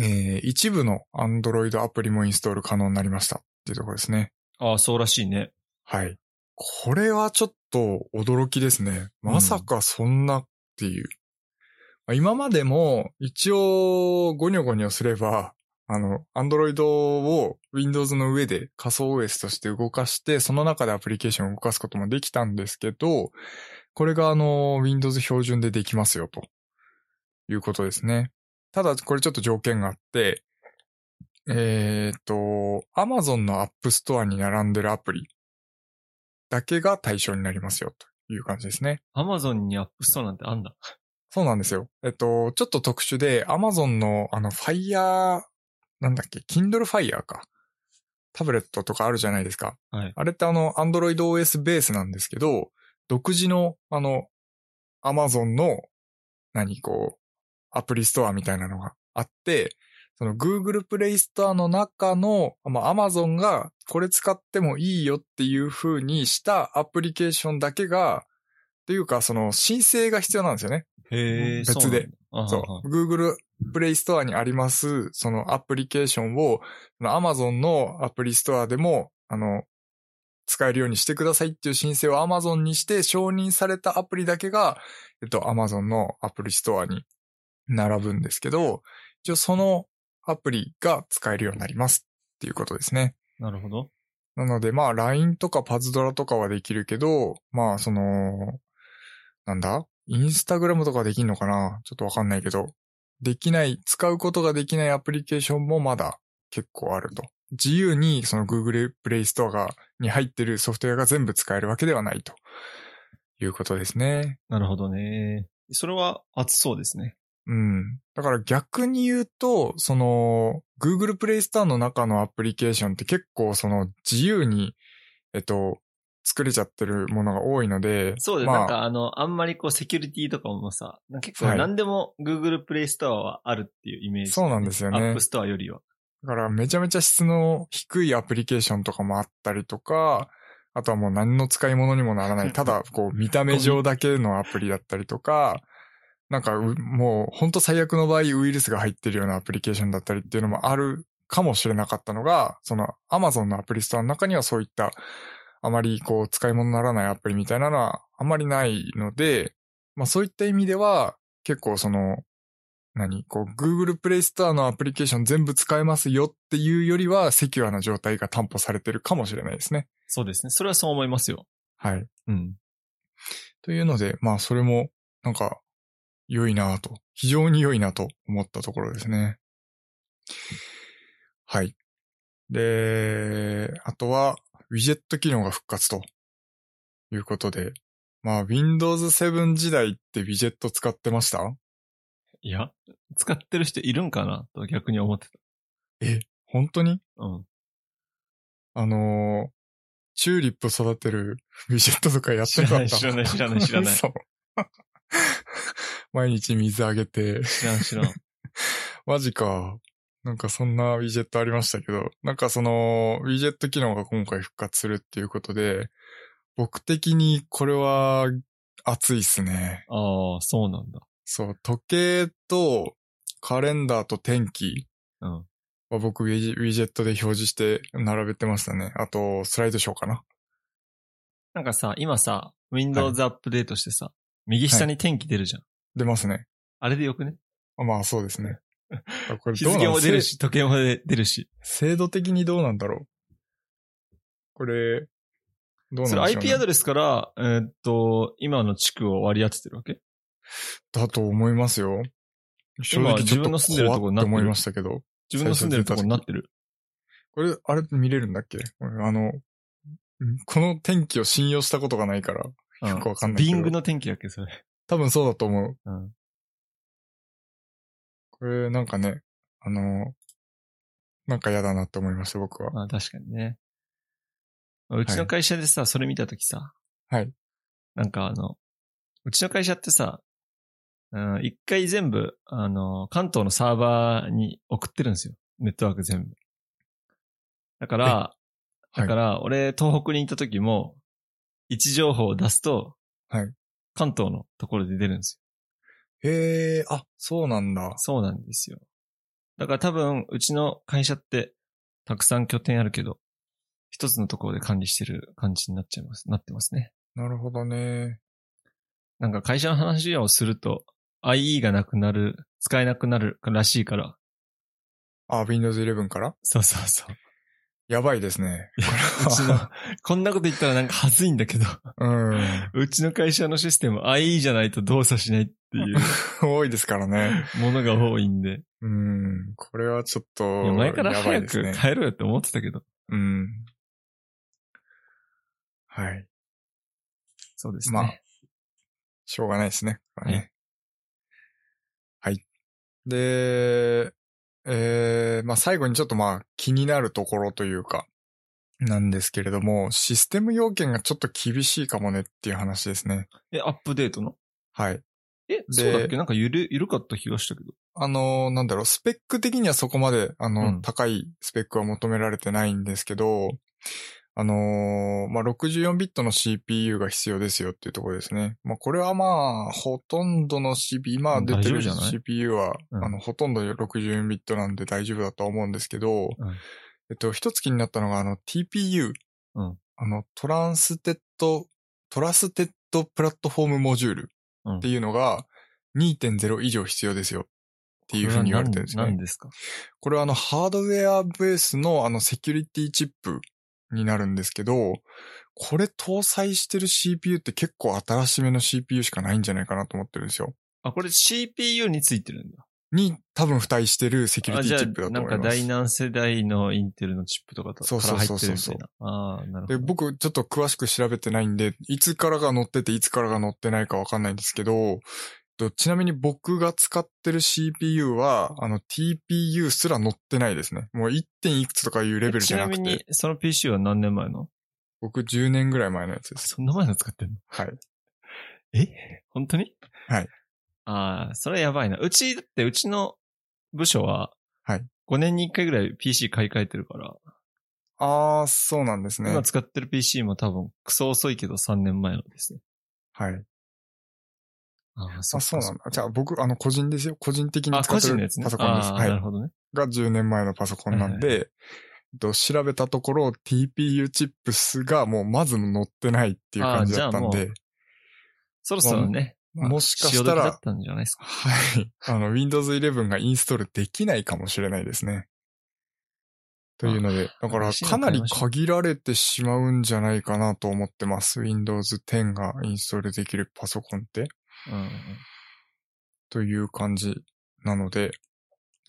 S1: えー、一部の Android アプリもインストール可能になりましたっていうところですね。
S2: ああ、そうらしいね。
S1: はい。これはちょっと驚きですね。まさかそんなっていう。まあ今までも一応ゴニョゴニョすれば、あの、Android を Windows の上で仮想 OS として動かして、その中でアプリケーションを動かすこともできたんですけど、これがあの、Windows 標準でできますよ、ということですね。ただ、これちょっと条件があって、えーっと、Amazon の App Store に並んでるアプリだけが対象になりますよ、という感じですね。
S2: Amazon にアップストアなんてあんだ。
S1: そうなんですよ。えっと、ちょっと特殊で、Amazon のあの Fire、なんだっけ、Kindle Fire か。タブレットとかあるじゃないですか。
S2: はい
S1: あれってあの、Android OS ベースなんですけど、独自の、あの、Amazon の、何、こう、アプリストアみたいなのがあって、その Google Play Store の中の、まあ、Amazon がこれ使ってもいいよっていう風にしたアプリケーションだけが、というか、その申請が必要なんですよね。
S2: へえ、
S1: 別で
S2: そうなんだ。あ
S1: そ
S2: は
S1: う。Google Play Store にあります、そのアプリケーションを、その Amazon のアプリストアでも、あの、使えるようにしてくださいっていう申請を Amazon にして、承認されたアプリだけが、えっと、Amazon のアプリストアに並ぶんですけど、一応そのアプリが使えるようになりますっていうことですね。
S2: なるほど。
S1: なので、まあ、LINE とかパズドラとかはできるけど、まあ、その、なんだインスタグラムとかできんのかなちょっとわかんないけど、できない、使うことができないアプリケーションもまだ結構あると。自由にその Google Play Store が、に入ってるソフトウェアが全部使えるわけではないということですね。
S2: なるほどね。それは熱そうですね。
S1: うん。だから逆に言うと、その、Google Play Store の中のアプリケーションって結構その自由に、えっと、作れちゃってるものが多いので、
S2: そうです、
S1: ま
S2: なん
S1: あ、
S2: かあの、あんまりこうセキュリティとかもさ、なんか結
S1: は
S2: 構
S1: い
S2: 何でも Google Play Store はあるっていうイメージ、
S1: そうなんですよね
S2: アップストアよりは。
S1: だからめちゃめちゃ質の低いアプリケーションとかもあったりとか、あとはもう何の使い物にもなら
S2: <laughs>
S1: ない、ただこう見た目上だけのアプリだったりとか、なんかうもう本当最悪の場合ウイルスが入ってるようなアプリケーションだったりっていうのもあるかもしれなかったのが、その Amazon のアプリストアの中にはそういったあまりこう使い物にならないアプリみたいなのはあまりないので、まあそういった意味では結構その何こう、Google Play Store のアプリケーション全部使えますよっていうよりは、セキュアな状態が担保されてるかもしれないですね。
S2: そうですね。それはそう思いますよ。
S1: はい。
S2: うん。
S1: というので、まあ、それも、なんか、良いなぁと、非常に良いなと思ったところですね。はい。で、あとは、ウィジェット機能が復活ということで、まあ、Windows 7時代ってビジェット使ってました
S2: いや、使ってる人いるんかなと逆に思って
S1: 本当に
S2: た。うん。
S1: あのーチューリップ育てる <laughs> ビジェットとかやってなかった
S2: <laughs> 知らない知らない
S1: <laughs>
S2: 知らない知
S1: 嘘毎日水あげて、
S2: 知らん知らん。
S1: マジか。なんかそんなウィジェットありましたけど、なんかそのウィジェット機能が今回復活するっていうことで、僕的にこれは熱いっすね。
S2: ああ、そうなんだ。
S1: そう、時計とカレンダーと天気
S2: うん。
S1: は僕ウィジウィジェットで表示して並べてましたね。あと、スライドショーかな。
S2: なんかさ、今さ、Windows アップデートしてさ、右下に天気出るじゃん。
S1: 出ますね。
S2: あれでよくね
S1: あまあそうです
S2: <laughs>
S1: ね。あこれ
S2: 日
S1: どうなん
S2: 付も出るし、時計も出るし。
S1: せ制度的にどうなんだろう。これ、どう
S2: そ
S1: なん
S2: れ
S1: でしょう、ね、
S2: IP アドレスから、えーっと、今の地区を割り当ててるわけ
S1: だと思いますよ。正直ちょっと
S2: 自分の住んでるとこにな
S1: 怖ってて
S2: っる
S1: 思いましたけど。
S2: 自分の住んでるとこになってる。
S1: これ、あれ見れるんだっけ俺あの、んこの天気を信用したことがないから、
S2: うん
S1: よくわかんない
S2: ビ
S1: けど。
S2: ングの天気だっけ、それ。
S1: 多分そうだと思う。
S2: うん。
S1: これ、なんかね、あの、なんか嫌だなって思いました、僕は。
S2: まあ確かにね。まあうちの会社でさ、それ見たときさ。
S1: はい。
S2: なんかあの、うちの会社ってさ、うん一回全部、あの、関東のサーバーに送ってるんですよ。ネットワーク全部。だから、
S1: はい
S2: だから、俺、東北に行った時も、位置情報を出すと、
S1: はい
S2: 関東のところで出るんですよ
S1: へえ、あ、そうなんだ。
S2: そうなんですよ。だから多分、うちの会社って、たくさん拠点あるけど、一つのところで管理してる感じになっちゃいます、なってますね。
S1: なるほどね。
S2: なんか会社の話をすると、IE がなくなる、使えなくなるらしいから。
S1: あ、Windows 11から
S2: そうそうそう。
S1: やばいですね。
S2: うちの、こんなこと言ったらなんか恥ずいんだけど、
S1: うん。 <laughs>
S2: うちの会社のシステム IE じゃないと動作しないって
S1: <laughs>
S2: いう
S1: 多いですからね。
S2: ものが多いんで、
S1: うん。これはちょっと、
S2: いや前から
S1: やば
S2: 早
S1: いです
S2: く
S1: ね。
S2: 変えろよって思ってたけど、
S1: うん。はい。
S2: そうですね。
S1: まあしょうがないですね。これねはい。で、えー、まあ最後にちょっとまあ気になるところというか、なんですけれども、システム要件がちょっと厳しいかもねっていう話ですね。
S2: え、アップデートの
S1: はい。
S2: え、そうだっけなんかゆる、ゆるかった気がしたけど。
S1: あのーなんだろう、スペック的にはそこまで、あの、
S2: うん
S1: 高いスペックは求められてないんですけど、あのーまあ、64ビットの CPU が必要ですよっていうところですね。まあ、これはまあ、ほとんどの CPU、まあ、出て
S2: 大丈夫
S1: る
S2: じゃない
S1: CPU は、
S2: うん
S1: あの、ほとんど64ビットなんで大丈夫だとは思うんですけど、
S2: うん
S1: えっと、一つ気になったのが、あの、TPU。
S2: うん
S1: あの、トランステッド、トラステッドプラットフォームモジュールっていうのが2.0以上必要ですよっていうふうに言われてるんですね。
S2: 何ですか
S1: これはあのハードウェアベースのあのセキュリティチップになるんですけど、これ搭載してる CPU って結構新しめの CPU しかないんじゃないかなと思ってるんですよ。
S2: あ、これ CPU についてるんだ。
S1: に多分付帯してるセキュ
S2: あ
S1: リテ
S2: じ
S1: ィ
S2: ゃ
S1: チップだ
S2: あ、
S1: と
S2: なん
S1: 思い
S2: か
S1: ます
S2: 第。何世代のインテルのチップとかと
S1: そう
S2: か
S1: そ
S2: ら
S1: う
S2: 入
S1: そう
S2: って
S1: そ
S2: る
S1: う
S2: みたいな。ああ、なるほ
S1: で
S2: ど。
S1: 僕ちょっと詳しく調べてないんで、いつからが載ってていつからが載ってないかわかんないんですけど、とちなみに僕が使ってる CPU は、あの TPU すら載ってないですね。もう 1. いくつとかいうレベルじゃなく
S2: ちなみに
S1: て、、
S2: その PC は何年前の
S1: 僕10年ぐらい前のやつです。
S2: そんな前の使ってんの
S1: はい。
S2: え本当に
S1: はい。
S2: ああ、それやばいな。うち、だってうちの部署は、
S1: はい。
S2: 5年に1回ぐらい PC 買い替えてるから、
S1: あー、そうなんですね
S2: 今。使ってる PC も多分クソ遅いけど3年前のですね。
S1: はい。
S2: ああ、そ
S1: あ、
S2: っか
S1: そうなんだ。じゃあ僕、あの、個人ですよ。個人的に
S2: あ、
S1: 使
S2: 個
S1: って
S2: 人の
S1: る
S2: やつね。
S1: パソコンです。
S2: ああ
S1: は
S2: なる
S1: い。
S2: ほどね。
S1: が10年前のパソコンなん
S2: は
S1: で、えっと調べたところ TPU チップスがもうまず載ってないっていう感じだったん
S2: あーじゃあ
S1: で、
S2: そろそろね。まあ
S1: もしかした
S2: 潮時だっ
S1: ら、
S2: たんじゃないですか。
S1: はい。 <laughs> あの、Windows 11がインストールできないかもしれないですね。というので、だから
S2: 新しいの
S1: かなり
S2: 買いましょう
S1: 限られてしまうんじゃないかなと思ってます。Windows 10がインストールできるパソコンって。
S2: うんうんうん。
S1: という感じなので、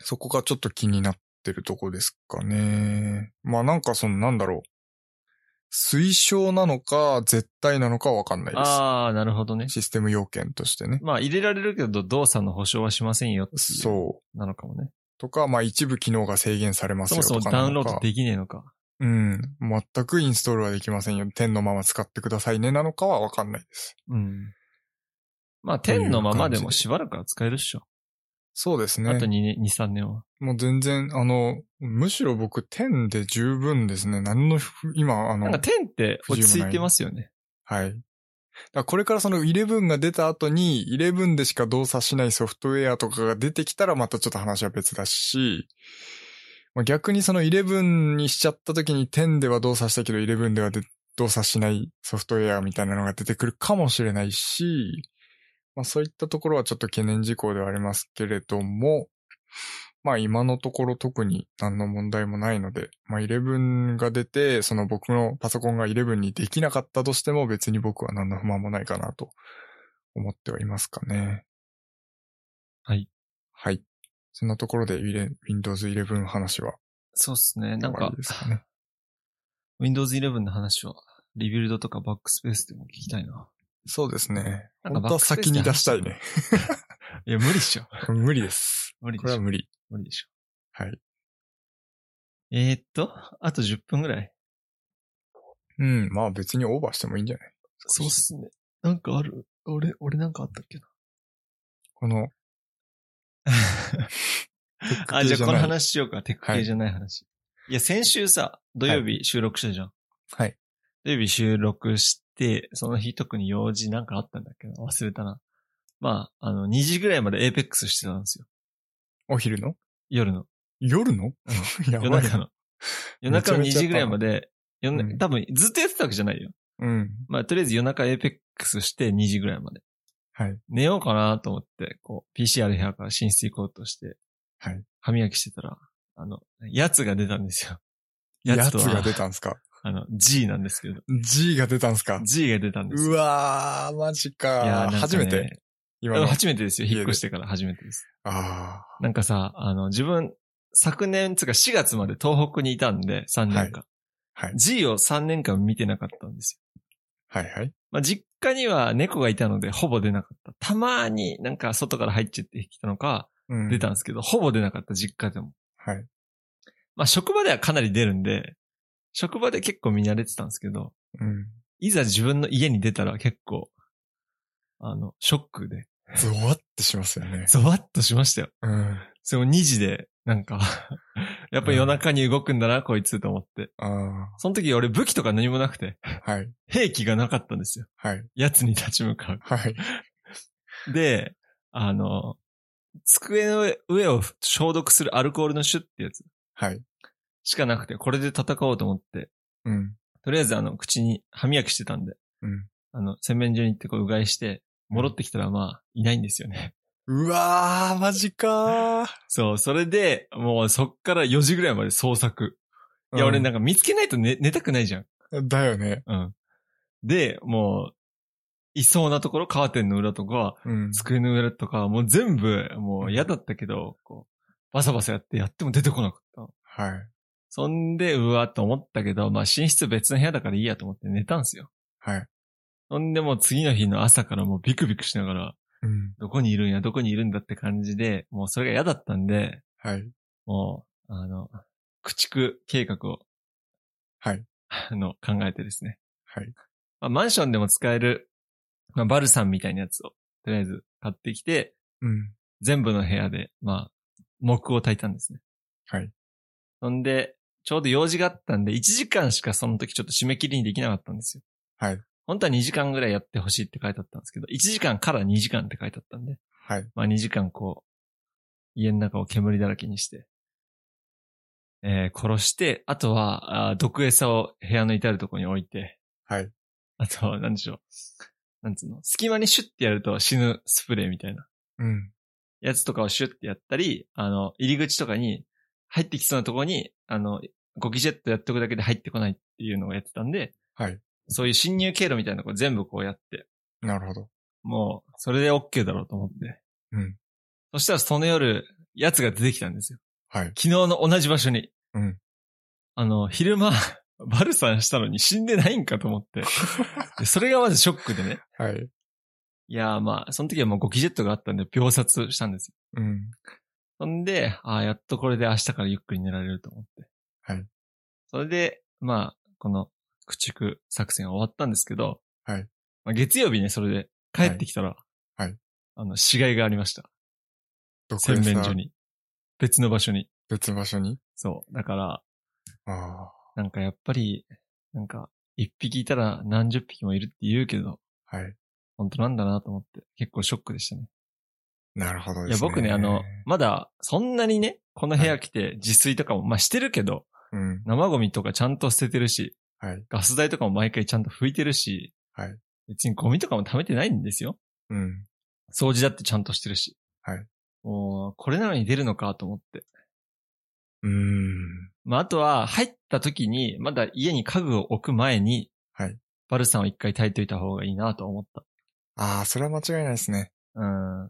S1: そこがちょっと気になってるとこですかね。まあなんかそのなんだろう。推奨なのか、絶対なのかわかんないで
S2: ああ、なるほどね。
S1: す。システム要件としてね。
S2: まあ入れられるけど動作の保証はしませんよっていう、
S1: そう。
S2: なのかもね。
S1: とか、まあ一部機能が制限されますよ
S2: そも
S1: と
S2: そも
S1: か
S2: ダ
S1: な
S2: ウンロ
S1: の
S2: ード
S1: か。
S2: できねえのか。
S1: うん。全くインストールはできませんよ。10のまま使ってくださいねなのかはわかんないです。
S2: うん。まあ
S1: という感
S2: 10
S1: じ
S2: のままでもしばらくは使えるっしょ。
S1: そうです
S2: あと2
S1: ね。
S2: 年、2、3年は。
S1: もう全然、あの、むしろ僕10で十分ですね。何のふ、今、あ
S2: な
S1: の
S2: んか、10って落ち着いてますよね。
S1: はい。だからこれからその11が出た後に、11でしか動作しないソフトウェアとかが出てきたらまたちょっと話は別だし、まあ、逆にその11にしちゃった時に10では動作したけど11ではで動作しないソフトウェアみたいなのが出てくるかもしれないし、まあそういったところはちょっと懸念事項ではありますけれども、まあ今のところ特に何の問題もないので、まあ11が出て、その僕のパソコンが11にできなかったとしても別に僕は何の不満もないかなと思ってはいますかね。
S2: はい。
S1: はい。そんなところで Windows 11話は
S2: そうっすね。なん
S1: 終わ
S2: か
S1: り、ですかね。
S2: Windows 11の話は、リビルドとかバックスペースでも聞きたいな。
S1: そうですね。
S2: なんか
S1: 本当は先に出したいね。
S2: いや、無理っしょ。
S1: 無理です。
S2: 無理
S1: こ
S2: で
S1: れ
S2: し
S1: は
S2: ょ。
S1: 無理。
S2: 無理でしょ。
S1: はい。
S2: えー、っと、あと10分ぐらい。
S1: うん。まあ別にオーバーしてもいいんじゃない
S2: そうっすね。なんかある俺、俺なんかあったっけ <laughs> な。
S1: この、
S2: あ、
S1: 系
S2: じゃ
S1: じ
S2: あ
S1: ゃない
S2: この話しようか。テック
S1: は
S2: 系
S1: い
S2: じゃない話。い、や、先週さ、土曜日収録したじゃん。
S1: はい。
S2: 土曜日収録して、その日特に用事なんかあったんだっけど、忘れたな。まあ、あの、2時ぐらいまでエイペックスしてたんですよ。
S1: お昼の
S2: 夜の。
S1: 夜のやば
S2: 夜
S1: い
S2: 中 <laughs>
S1: な。
S2: の。夜中の2
S1: めちゃめちゃ
S2: 時ぐらいまで、夜な
S1: うん
S2: 多分ずっとやってたわけじゃないよ。
S1: うん。
S2: まあ、とりあえず夜中エイペックスして2時ぐらいまで。
S1: はい。
S2: 寝ようかなと思って、こう、PCR 部屋から寝室行こうとして、
S1: はい。
S2: 歯磨きしてたら、あの、やつが出たんですよ。 <laughs>
S1: やつ
S2: とは
S1: が出たんすか
S2: あの、G なんですけど、
S1: ?G が出たんすか
S2: G が出たんです
S1: う
S2: よ。
S1: わー、マジ
S2: いや
S1: か。
S2: ーなんか
S1: 初
S2: ね
S1: めて今
S2: うん
S1: の。
S2: 初めてですよ。
S1: 家で
S2: 引っ越してから初めてです。
S1: あ
S2: なんかさ、あの、自分、昨年つうか4月まで東北にいたんで、3年間。
S1: はいはい
S2: G を3年間見てなかったんですよ。
S1: ー。はいはい。
S2: まあ、実家には猫がいたので、ほぼ出なかった。たまになんか外から入っちゃってきたのか、
S1: うん
S2: 出たんですけど、ほぼ出なかった、実家でも。
S1: はい。
S2: まあ、職場ではかなり出るんで、職場で結構見慣れてたんですけど、
S1: うん。
S2: いざ自分の家に出たら結構、あの、ショックで、
S1: ゾワってしますよね。
S2: ゾワッとしましたよ。
S1: うん。
S2: それも2時で、なんか、 <laughs> やっぱ夜中に動くんだな、こいつと思って。
S1: あ
S2: その時俺武器とか何もなくて、
S1: ー。はい。
S2: 兵器がなかったんですよ。
S1: はい。
S2: 奴に立ち向か
S1: はい。
S2: う。で、あの、机の上上を消毒するアルコールのシュッってやつ
S1: はい。
S2: しかなくて、これで戦おうと思って、
S1: うん。
S2: とりあえずあの、口に歯磨きしてたんで、
S1: うん
S2: あの、洗面所に行ってこううがいして、戻ってきたらまあ、いないんですよね。 <laughs>
S1: うわー、マジかー。
S2: そう、それで、もうそっから4時ぐらいまで捜索。いや、
S1: うん
S2: 俺なんか見つけないと寝寝たくないじゃん。
S1: だよね。
S2: うん。で、もう、いそうなところ、カーテンの裏とか、
S1: うん。
S2: 机の裏とか、もう全部、もう嫌だったけど、こう、バサバサやってやっても出てこなかった。
S1: はい。
S2: そんで、うわーと思ったけど、まあ寝室別の部屋だからいいやと思って寝たんですよ。
S1: はい。
S2: そんでもう次の日の朝からもうビクビクしながら、
S1: うん。
S2: どこにいるんや、どこにいるんだって感じで、もうそれが嫌だったんで、
S1: はい。
S2: もう、あの、駆逐計画を、 <laughs>
S1: はい。
S2: あの、考えてですね。
S1: はい。
S2: まあ、マンションでも使える、まあ、バルサンみたいなやつを、とりあえず買ってきて、
S1: うん。
S2: 全部の部屋で、まあ、木を焚いたんですね。
S1: はい。
S2: そんで、ちょうど用事があったんで、1時間しかその時ちょっと締め切りにできなかったんですよ。
S1: はい。
S2: 本当は2時間ぐらいやってほしいって書いてあったんですけど、1時間から2時間って書いてあったんで、
S1: はい。
S2: まあ2時間こう、家の中を煙だらけにして、えー殺して、あとは、あー毒餌を部屋の至るところに置いて、
S1: はい。
S2: あとは、なんでしょう。なんつうの隙間にシュッてやると死ぬスプレーみたいな
S1: うん。
S2: やつとかをシュッてやったり、あの、入り口とかに入ってきそうなところに、あの、ゴキジェットやっとくだけで入ってこないっていうのをやってたんで、
S1: はい。
S2: そういう侵入経路みたいなとこ全部こうやって、
S1: なるほど。
S2: もう、それで OK だろうと思って。
S1: うん。
S2: そしたらその夜、奴が出てきたんですよ。
S1: はい。
S2: 昨日の同じ場所に。
S1: うん
S2: あの、昼間、 <laughs> バルサンしたのに死んでないんかと
S1: <laughs>
S2: 思って。でそれがまずショックでね。
S1: はい。
S2: いやーまあ、その時はもうゴキジェットがあったんで秒殺したんですよ。
S1: うん。
S2: そんで、ああ、やっとこれで明日からゆっくり寝られると思って。
S1: はい。
S2: それで、まあ、この駆逐作戦は終わったんですけど、
S1: はい。
S2: まあ、月曜日ね、それで帰ってきたら、
S1: いはい
S2: あの、死骸がありました。
S1: どこ
S2: 洗
S1: で
S2: 面
S1: さ
S2: 所、に。別の場所に。
S1: 別場所に
S2: そう。だから、
S1: あ
S2: なんかやっぱり、なんか、一匹いたら何十匹もいるって言うけど、
S1: あ、はい。
S2: 本当なんだなと思って、結構ショックでしたね。
S1: なるほど
S2: い
S1: で
S2: や、
S1: すね。
S2: 僕ね、あの、まだ、そんなにね、この部屋来て自炊とかも、まあしてるけど、
S1: うん。
S2: 生ゴミとかちゃんと捨ててるし、
S1: はい。
S2: ガス代とかも毎回ちゃんと拭いてるし、
S1: はい。
S2: 別にゴミとかも溜めてないんですよ。
S1: うん。
S2: 掃除だってちゃんとしてるし。
S1: はい。
S2: もう、これなのに出るのかと思って。
S1: うーん。
S2: まあ、あとは、入った時に、まだ家に家具を置く前に、
S1: はい。
S2: バルさんを一回炊いといた方がいいなと思った。
S1: ああ、それは間違いないですね。
S2: うん。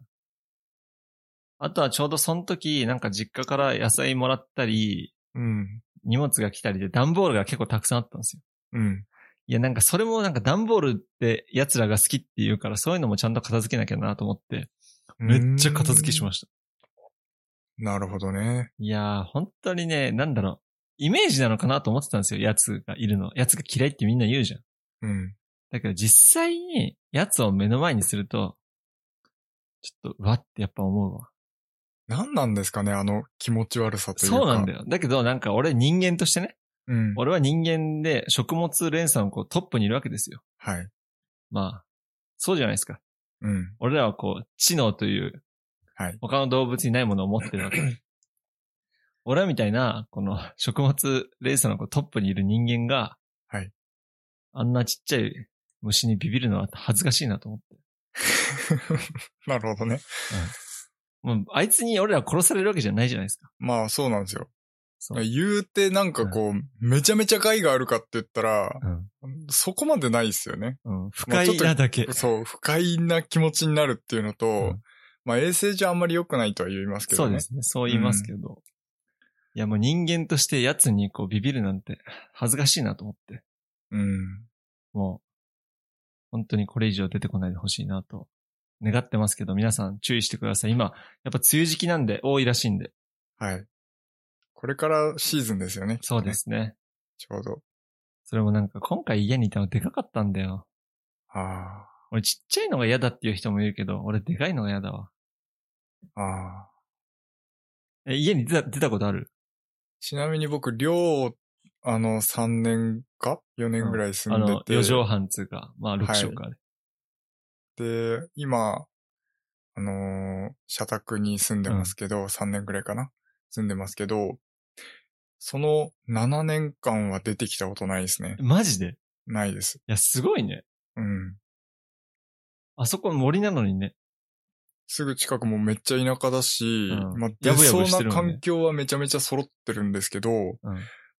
S2: あとはちょうどその時、なんか実家から野菜もらったり、
S1: うん。
S2: 荷物が来たりで段ボールが結構たくさんあったんですよ。
S1: うん。
S2: いや、なんかそれもなんか段ボールって奴らが好きって言うから、そういうのもちゃんと片付けなきゃなと思って、めっちゃ片付けしま
S1: し
S2: した。
S1: た。なるほどね。
S2: いやー、本当にね、なんだろう。イメージなのかなと思ってたんですよ、奴がいるの。奴が嫌いってみんな言うじゃん。
S1: うん。
S2: だけど実際に奴を目の前にすると、ちょっと、うわってやっぱ思うわ。
S1: 何なんですかね、あの気持ち悪さというか。
S2: そうなんだよ。だけどなんか俺人間としてね、
S1: うん。
S2: 俺は人間で食物連鎖のこうトップにいるわけですよ。
S1: はい。
S2: まあ、そうじゃないですか。
S1: うん。 <laughs>
S2: 俺らはこう、知能という、
S1: はい
S2: 他の動物にないものを持っ
S1: <clears throat>
S2: てるわけ。俺らみたいな、この食物連鎖のこうトップにいる人間が、
S1: はい
S2: あんなちっちゃい虫にビビるのは恥ずかしいなと思って。
S1: なるほどね。
S2: もう、あいつに俺ら殺されるわけじゃないじゃないですか。
S1: まあそうなんですよ。
S2: そう。
S1: 言うてなんかこう、めちゃめちゃ害があるかって言ったら、
S2: うん
S1: そこまでないですよね。
S2: うん。不快なだ
S1: <laughs>
S2: け。
S1: そう、不快な気持ちになるっていうのと、
S2: うん
S1: まあ衛生上あんまり良くないとは言いますけ
S2: そ
S1: ど
S2: う
S1: ね。
S2: で。すね。そう言いますけど。いや、もう人間として奴にこうビビるなんて恥ずかしいなと思って。
S1: うん。
S2: もう、本当にこれ以上出てこないでほしいなと、願ってますけど、皆さん注意してください。今、やっぱ梅雨時期なんで多いらしいんで。
S1: はい。これからシーズンですよね。きっと
S2: そ
S1: ね
S2: うで。すね。
S1: ちょうど。
S2: それもなんか今回家にいたのでかかったんだよ。
S1: あ
S2: 俺ちっちゃいのが嫌だっていう人もいるけど、俺でかいのが嫌だわ。
S1: あ、ああ。
S2: え、家に出た、出たことある
S1: ちなみに僕、寮、あの、3年か ?4 年ぐらい住
S2: あ
S1: んで
S2: の、
S1: て。
S2: 4畳半つうか、まあ6畳か、あれ
S1: で、今、あのー社宅に住んでますけど、3年くらいかな住んでますけど、その7年間は出てきたことないですね。
S2: マジでい
S1: ないです。
S2: や、すごいね。
S1: うん。
S2: あそこ森なのにね。
S1: すぐ近くもめっちゃ田舎だし、
S2: うん
S1: まあ、
S2: や
S1: 出
S2: ぶや
S1: そう
S2: ぶしてるもんね
S1: な環境はめちゃめちゃ揃ってるんですけど、
S2: うん。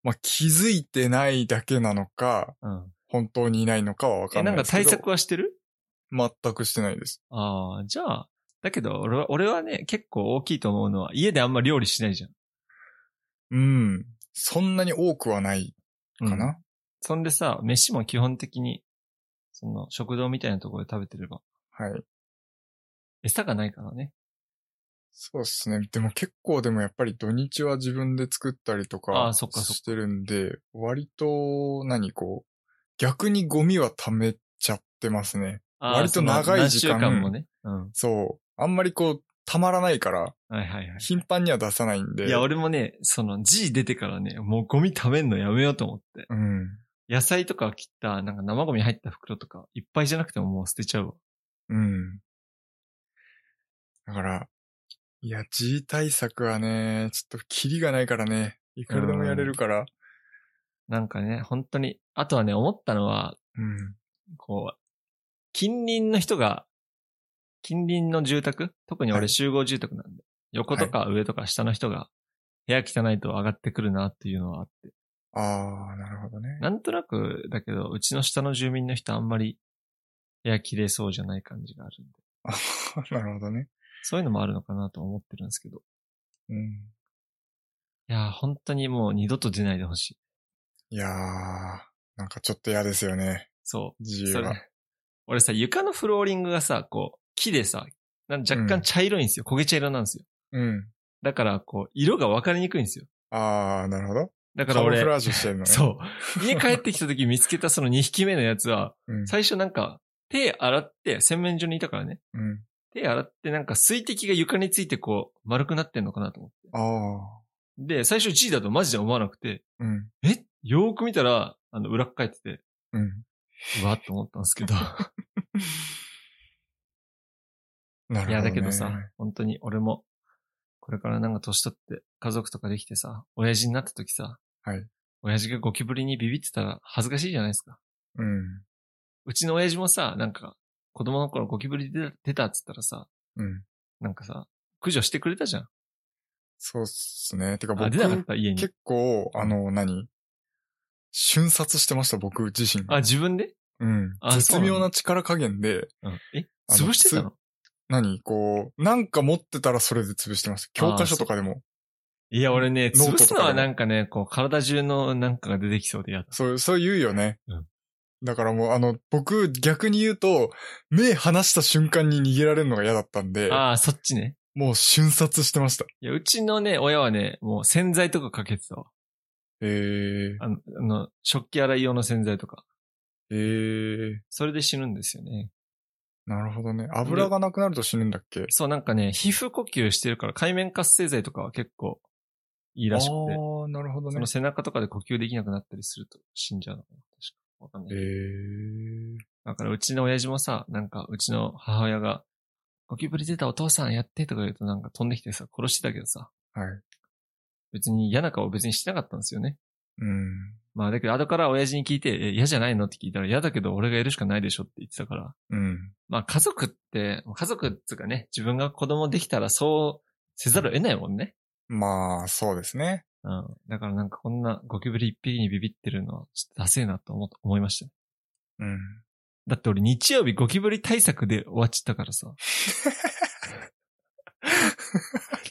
S1: まあ、気づいてないだけなのか、
S2: うん。
S1: 本当にいないのかはわか
S2: え、
S1: んな
S2: な
S1: で
S2: いんか
S1: すけど。
S2: 対策はしてる
S1: 全くしてないです。
S2: ああ、じゃあ、だけど俺は、俺はね、結構大きいと思うのは、家であんま料理しないじゃん。
S1: うん。そんなに多くはないか
S2: うん
S1: な、
S2: そんでさ、飯も基本的に、その、食堂みたいなところで食べてれば、
S1: はい。
S2: 餌がないからね。
S1: そうっすね。でも結構でもやっぱり土日は自分で作ったりと
S2: あ
S1: か
S2: ーそっかそっか
S1: してるんで、割と何こう、逆にゴミは溜めちゃってますね。
S2: あー
S1: 割と長い時間
S2: その何週間もね。うん。は
S1: そう。あんまりこう、溜まらないから、
S2: いはいはい。
S1: 頻繁には出さないんで。
S2: いや、俺もね、その G 出てからね、もうゴミ食べんのやめようと思って。
S1: うん。
S2: 野菜とか切った、なんか生ゴミ入った袋とか、いっぱいじゃなくてももう捨てちゃうわ。
S1: うん。だから、いや、G 対策はね、ちょっとキリがないからね、いくらでもやれるから。
S2: なんかね、本当に。あとはね、思ったのは、
S1: うん。
S2: こう、近隣の人が、近隣の住宅特に
S1: は
S2: 俺
S1: い
S2: 集合住宅なんで、横とか上とか下の人が、部屋汚いと上がってくるなっていうのはあって。
S1: ああ、なるほどね。 <laughs>
S2: なんとなく、だけど、うちの下の住民の人あんまり、部屋綺麗そうじゃない感じがあるんで。
S1: なるほどね。
S2: そういうのもあるのかなと思ってるんですけど。
S1: うん。
S2: いやー、本当にもう二度と出ないでほしい。
S1: いやー、なんかちょっと嫌ですよね。
S2: そう。
S1: 自由
S2: そ
S1: が。
S2: れ。俺さ、床のフローリングがさ、こう、木でさ、なん若干茶色いんですよ。焦げ茶色なんですよ。
S1: うん。
S2: だから、こう、色が分かりにくいんですよ。
S1: あー、なるほど。
S2: だか
S1: カ
S2: ら
S1: モフ
S2: 俺、
S1: ラージュしてるのね。
S2: そう。 <laughs> 家帰ってきた時見つけたその2匹目のやつは、
S1: うん。
S2: 最初なんか、手洗って、洗面所にいたからね。
S1: うん。
S2: 手洗ってなんか水滴が床についてこう、丸くなってんのかなと思って。
S1: あ
S2: で、最初 G だとマジで思わなくて、
S1: ー。うん。
S2: えよーく見たら、あの、裏っ返ってて、
S1: うん。
S2: うわーって思ったんですけ <laughs> ど。
S1: なるほど、ね。
S2: いや、だけどさ、本当に俺も、これからなんか年取って家族とかできてさ、親父になった時さ、
S1: はい。
S2: 親父がゴキブリにビビってたら恥ずかしいじゃないですか。
S1: うん。
S2: うちの親父もさ、なんか、子供の頃ゴキブリ出た出たっつったらさ、
S1: うん。
S2: なんかさ、駆除してくれたじゃん。
S1: そうっすね。てか
S2: あ、
S1: 僕
S2: 出、なかった家に。
S1: 結構、あの、何瞬殺してました、僕自身。
S2: あ、自分で
S1: うん。
S2: あそ
S1: 絶
S2: うなんだ
S1: 妙な力加減で、
S2: うん。え
S1: あの
S2: 潰してたの
S1: 何こう、なんか持ってたらそれで潰してました。教科書とかでも、
S2: いや、俺ね、
S1: ノートとか
S2: 潰すのはなんかね、こう、体中のなんかが出てきそうでやだ。
S1: そう、そう言うよね。
S2: うん
S1: だからもう、あの、僕、逆に言うと、目離した瞬間に逃げられるのが嫌だったんで、
S2: ああ、そっちね。
S1: もう瞬殺してました。
S2: いや、うちのね、親はね、もう洗剤とかかけてたわ。
S1: えー、
S2: あの、あの食器洗い用の洗剤とか。
S1: えー、
S2: それで死ぬんですよね。
S1: なるほどね。油がなくなると死ぬんだっけ
S2: そう、なんかね、皮膚呼吸してるから、海面活性剤とかは結構いいらしくて、
S1: ああ、なるほど
S2: そ
S1: ね
S2: の。背中とかで呼吸できなくなったりすると死んじゃうのかな。確か。わかん
S1: え
S2: ない。
S1: ー、
S2: だから、うちの親父もさ、なんか、うちの母親が、ゴキブリ出たお父さんやってとか言うとなんか飛んできてさ、殺してたけどさ、
S1: はい。
S2: 別に嫌な顔別にしてなかったんですよね。
S1: うん。
S2: まあ、だけど、後から親父に聞いて、え、嫌じゃないのって聞いたら、嫌だけど俺がやるしかないでしょって言ってたから、
S1: うん。
S2: まあ家族って、家族っていうかね、自分が子供できたらそうせざるを得ないもんね。
S1: まあ、そうですね。
S2: うん。だからなんかこんなゴキブリ一匹にビビってるのはちょっとダセえなと思思いました。
S1: うん。
S2: だって俺日曜日ゴキブリ対策で終わっちゃったからさ。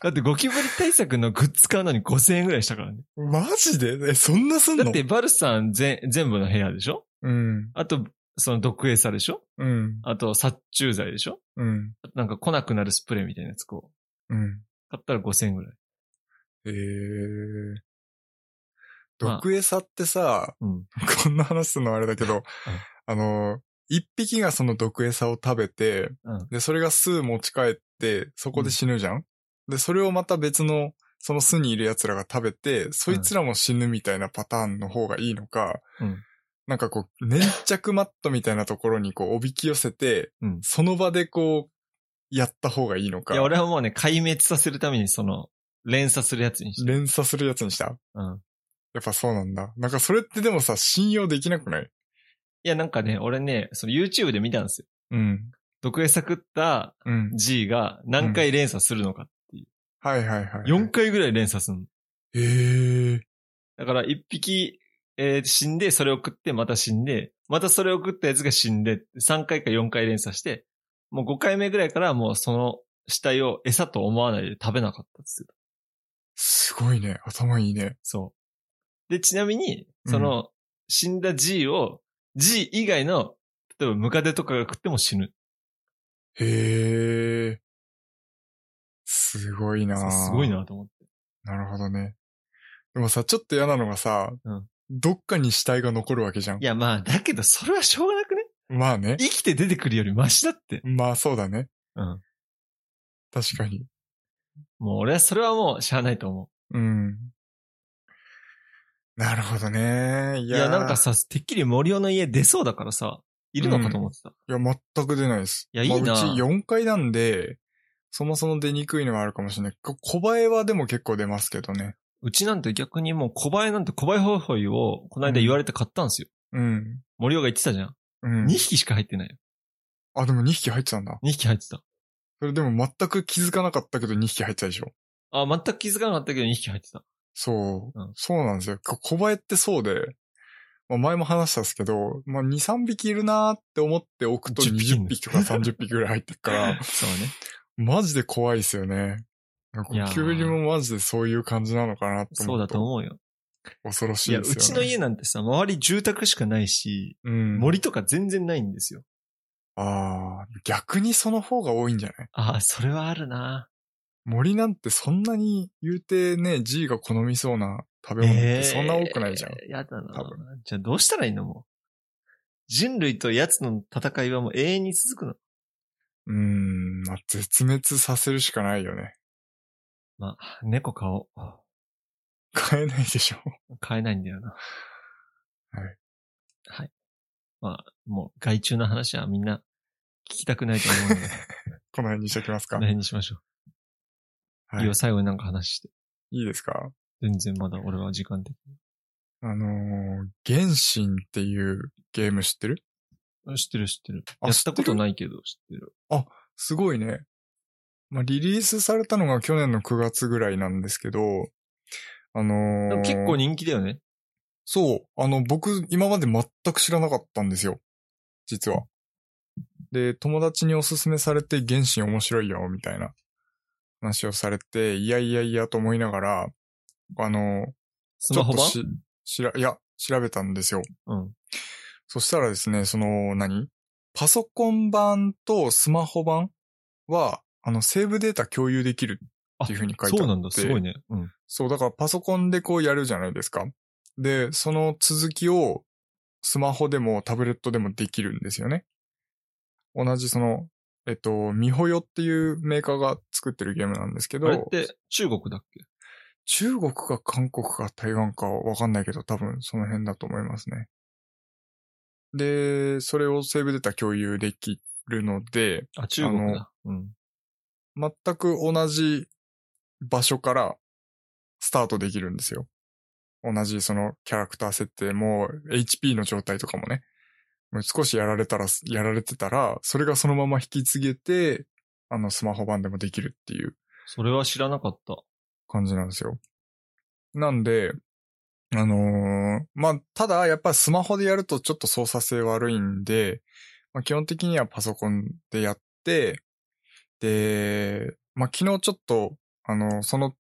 S2: だってゴキブリ対策のグッズ買うのに5000円ぐらいしたからね。
S1: マジでえ、そんなすんの
S2: だって、バルさん全全部の部屋でしょ
S1: うん。
S2: あと、その毒餌でしょ
S1: うん。
S2: あと殺虫剤でしょ
S1: うん。
S2: なんか来なくなるスプレーみたいなやつこう。
S1: うん。
S2: 買ったら5000円ぐらい。
S1: えー。
S2: まあ
S1: 毒餌ってさ、
S2: うん。
S1: <laughs> こんな話するのはあれだけど、あの、一匹がその毒餌を食べて、
S2: うん
S1: で、それが巣持ち帰って、そこで死ぬじゃん、で、それをまた別の、その巣にいる奴らが食べて、そいつらも死ぬみたいなパターンの方がいいのか、
S2: うん
S1: なんかこう、粘着マットみたいなところにこう、おびき寄せて、
S2: うん。
S1: その場でこう、やった方がいいのか。
S2: いや、俺はもうね、壊滅させるために、その、連鎖するやつにして。
S1: 連鎖するやつにした
S2: うん。
S1: やっぱそうなんだ。なんかそれってでもさ、信用できなくない
S2: いや、なんかね、俺ね、その YouTube で見たんですよ。
S1: うん。
S2: 毒餌食った
S1: うん。
S2: G が何回連鎖するのか。
S1: はいはいはい。
S2: 4回ぐらい連鎖するの。
S1: えー。
S2: だから、1匹、えー死んで、それを食って、また死んで、またそれを食ったやつが死んで、3回か4回連鎖して、もう5回目ぐらいからはもうその死体を餌と思わないで食べなかったっつってた。
S1: すごいね。頭いいね。
S2: そう。で、ちなみに、その、死んだ G を、G 以外の、例えばムカデとかが食っても死ぬ。
S1: へえ。すごいな
S2: すごい。なと思って。
S1: なるほどね。でもさ、ちょっと嫌なのがさ、
S2: うん
S1: どっかに死体が残るわけじゃん
S2: い。や、まあ、だけど、それはしょうがなくね
S1: まあね。
S2: 生きて出てくるよりマシだって。
S1: まあそうだね。
S2: うん。
S1: 確かに。
S2: もう俺は、それはもうしゃあないと思。
S1: うん。なるほどね。いう
S2: い
S1: や
S2: や、
S1: ー
S2: なんかさ、てっきり森尾の家出そうだからさ、いるのかと思ってた。
S1: いや、全く出ないです。
S2: いやいいな
S1: まあうち4階なんで、そもそも出にくいのはあるかもしれない。こ小映えはでも結構出ますけどね。
S2: うちなんて逆にもう、小林なんて小林ホイホイを、この間言われて買ったんですよ。
S1: うん。
S2: 森尾が言ってたじゃん。
S1: うん
S2: 2。匹しか入ってないよ。
S1: あ、でも2匹入ってたんだ。
S2: 2匹入ってた。
S1: それでも全く気づかなかったけど2匹入ってたでしょ。
S2: あ、全く気づかなかったけど2匹入って
S1: <laughs>
S2: た。
S1: そう。
S2: うん
S1: そうなんですよ。こ小映えってそうで、まあ、前も話したんですけど、まあ、2、3匹いるなーって思っておくと
S2: 10匹
S1: 20匹とか30匹ぐらい入ってくから、
S2: <laughs> そうね。
S1: マジで怖いですよね。ゴ
S2: いやー
S1: キブリもマジでそういう感じなのかなと思うと。
S2: そうだと思うよ。
S1: 恐ろし
S2: い
S1: い
S2: や、
S1: で
S2: う
S1: すよね。
S2: ちの家なんてさ、周り住宅しかないし、
S1: うん。
S2: 森とか全然ないんですよ。
S1: ああ、逆にその方が多いんじゃない
S2: ああ、それはあるな。
S1: 森なんてそんなに言うてね、G が好みそうな食べ物ってそんな多くないじゃん。
S2: えーやだな
S1: 多分。
S2: じゃあどうしたらいいのもう。人類と奴の戦いはもう永遠に続くの。
S1: うーん、まあ、絶滅させるしかないよね。 <laughs>
S2: まあ、猫買おう。
S1: 買えないでしょ。 <laughs>
S2: 買えないんだよな。
S1: はい。
S2: はい。まあ、もう害虫の話はみんな聞きたくないと思
S1: <laughs>
S2: うので、
S1: この辺にしときます
S2: こ
S1: か。
S2: の辺にしましょう。、
S1: はい
S2: い
S1: い
S2: よ、。最後になんか話して。
S1: いいですか
S2: 全然まだ俺は時間的
S1: あのー、原神っていうゲーム知ってる
S2: に。知ってる知ってる。
S1: あ
S2: やったこと
S1: 知ってる
S2: ないけど知ってる。
S1: すごいね。まあ、リリースされたのが去年の9月ぐらいなんですけど、あのー
S2: でも結構人気だよね。
S1: そう、あの、僕、今まで全く知らなかったんですよ。実は。で、友達におすすめされて、原神面白いよ、みたいな話をされて、いやいやいやと思いながら、あの、
S2: ス
S1: ちょ
S2: マ
S1: っ
S2: ホ
S1: と
S2: 版
S1: し、しら、いや、調べたんですよ。
S2: うん。
S1: そしたらですね、その、何パソコン版とスマホ版は、あの、セーブデータ共有できるっていう風に書いてあって
S2: そうなんだ、すごいね。うん。
S1: そう、だからパソコンでこうやるじゃないですか。で、その続きをスマホでもタブレットでもできるんですよね。同じその、えっと、ミホヨっていうメーカーが作ってるゲームなんですけ
S2: あれっ
S1: ど、
S2: て中国だっけ
S1: 中国か韓国か台湾かわかんないけど、多分その辺だと思いますね。で、それをセーブデータ共有できるので、
S2: あ、中国だ。うん。
S1: 全く同じ場所からスタートできるんですよ。同じそのキャラクター設定も HP の状態とかもね。もう少しやられたら、やられてたら、それがそのまま引き継げて、あのスマホ版でもできるっていう
S2: それは知らなかった。
S1: 感じなんですよ。なんで、あのーまあ、ただ、やっぱりスマホでやるとちょっと操作性悪いんで、まあ、基本的にはパソコンでやって、で、まあ、昨日ちょっと、あの、その、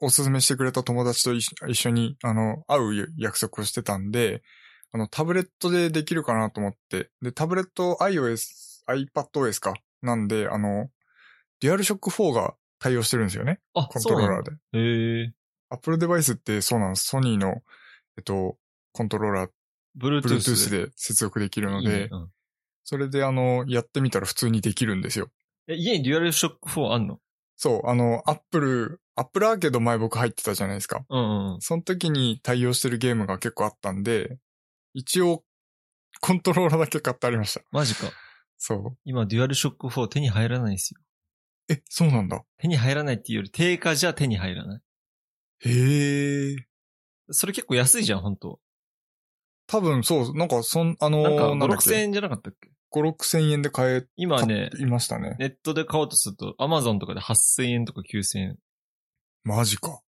S1: おすすめしてくれた友達と一緒一緒に、あの、会う約束をしてたんで、あの、タブレットでできるかなと思って、で、タブレット iOS、iPadOS か、なんで、あの、デュアルショック4が対応してるんですよね、
S2: あ、
S1: コント
S2: そ
S1: ロ
S2: う
S1: ー
S2: な
S1: ラ
S2: ん
S1: ー
S2: だ。
S1: で。
S2: へえ。
S1: Apple デバイスってそうなんです。ソニーの、えっと、コントローラー、Bluetooth
S2: Bluetooth で。
S1: で接続できるの
S2: い
S1: で、
S2: いねうん
S1: それであの、やってみたら普通にできるんですよ。
S2: え、家にデュアルショック4あんの
S1: そう、あの、Apple、Apple アーケード前僕入ってたじゃないですか。
S2: うんうんうん。
S1: その時に対応してるゲームが結構あったんで、一応、コントローラーだけ買ってありました。
S2: マジか。
S1: そ
S2: 今、デュアルショック4手に入らないんですよ。
S1: う。え、そうなんだ。
S2: 手に入らないっていうより、定価じゃ手に入らない。
S1: へえ。
S2: それ結構安いじゃん、本当
S1: 多分そう、なんか、そん、あの
S2: なんか、
S1: だ
S2: 5、
S1: っ
S2: 6
S1: け
S2: 千円じゃなかったっけ
S1: 5、6千円で買え、
S2: 今ね、
S1: 買いましたね。
S2: ネットで買おうとすると、アマゾンとかで8千円とか9千円。
S1: マジか。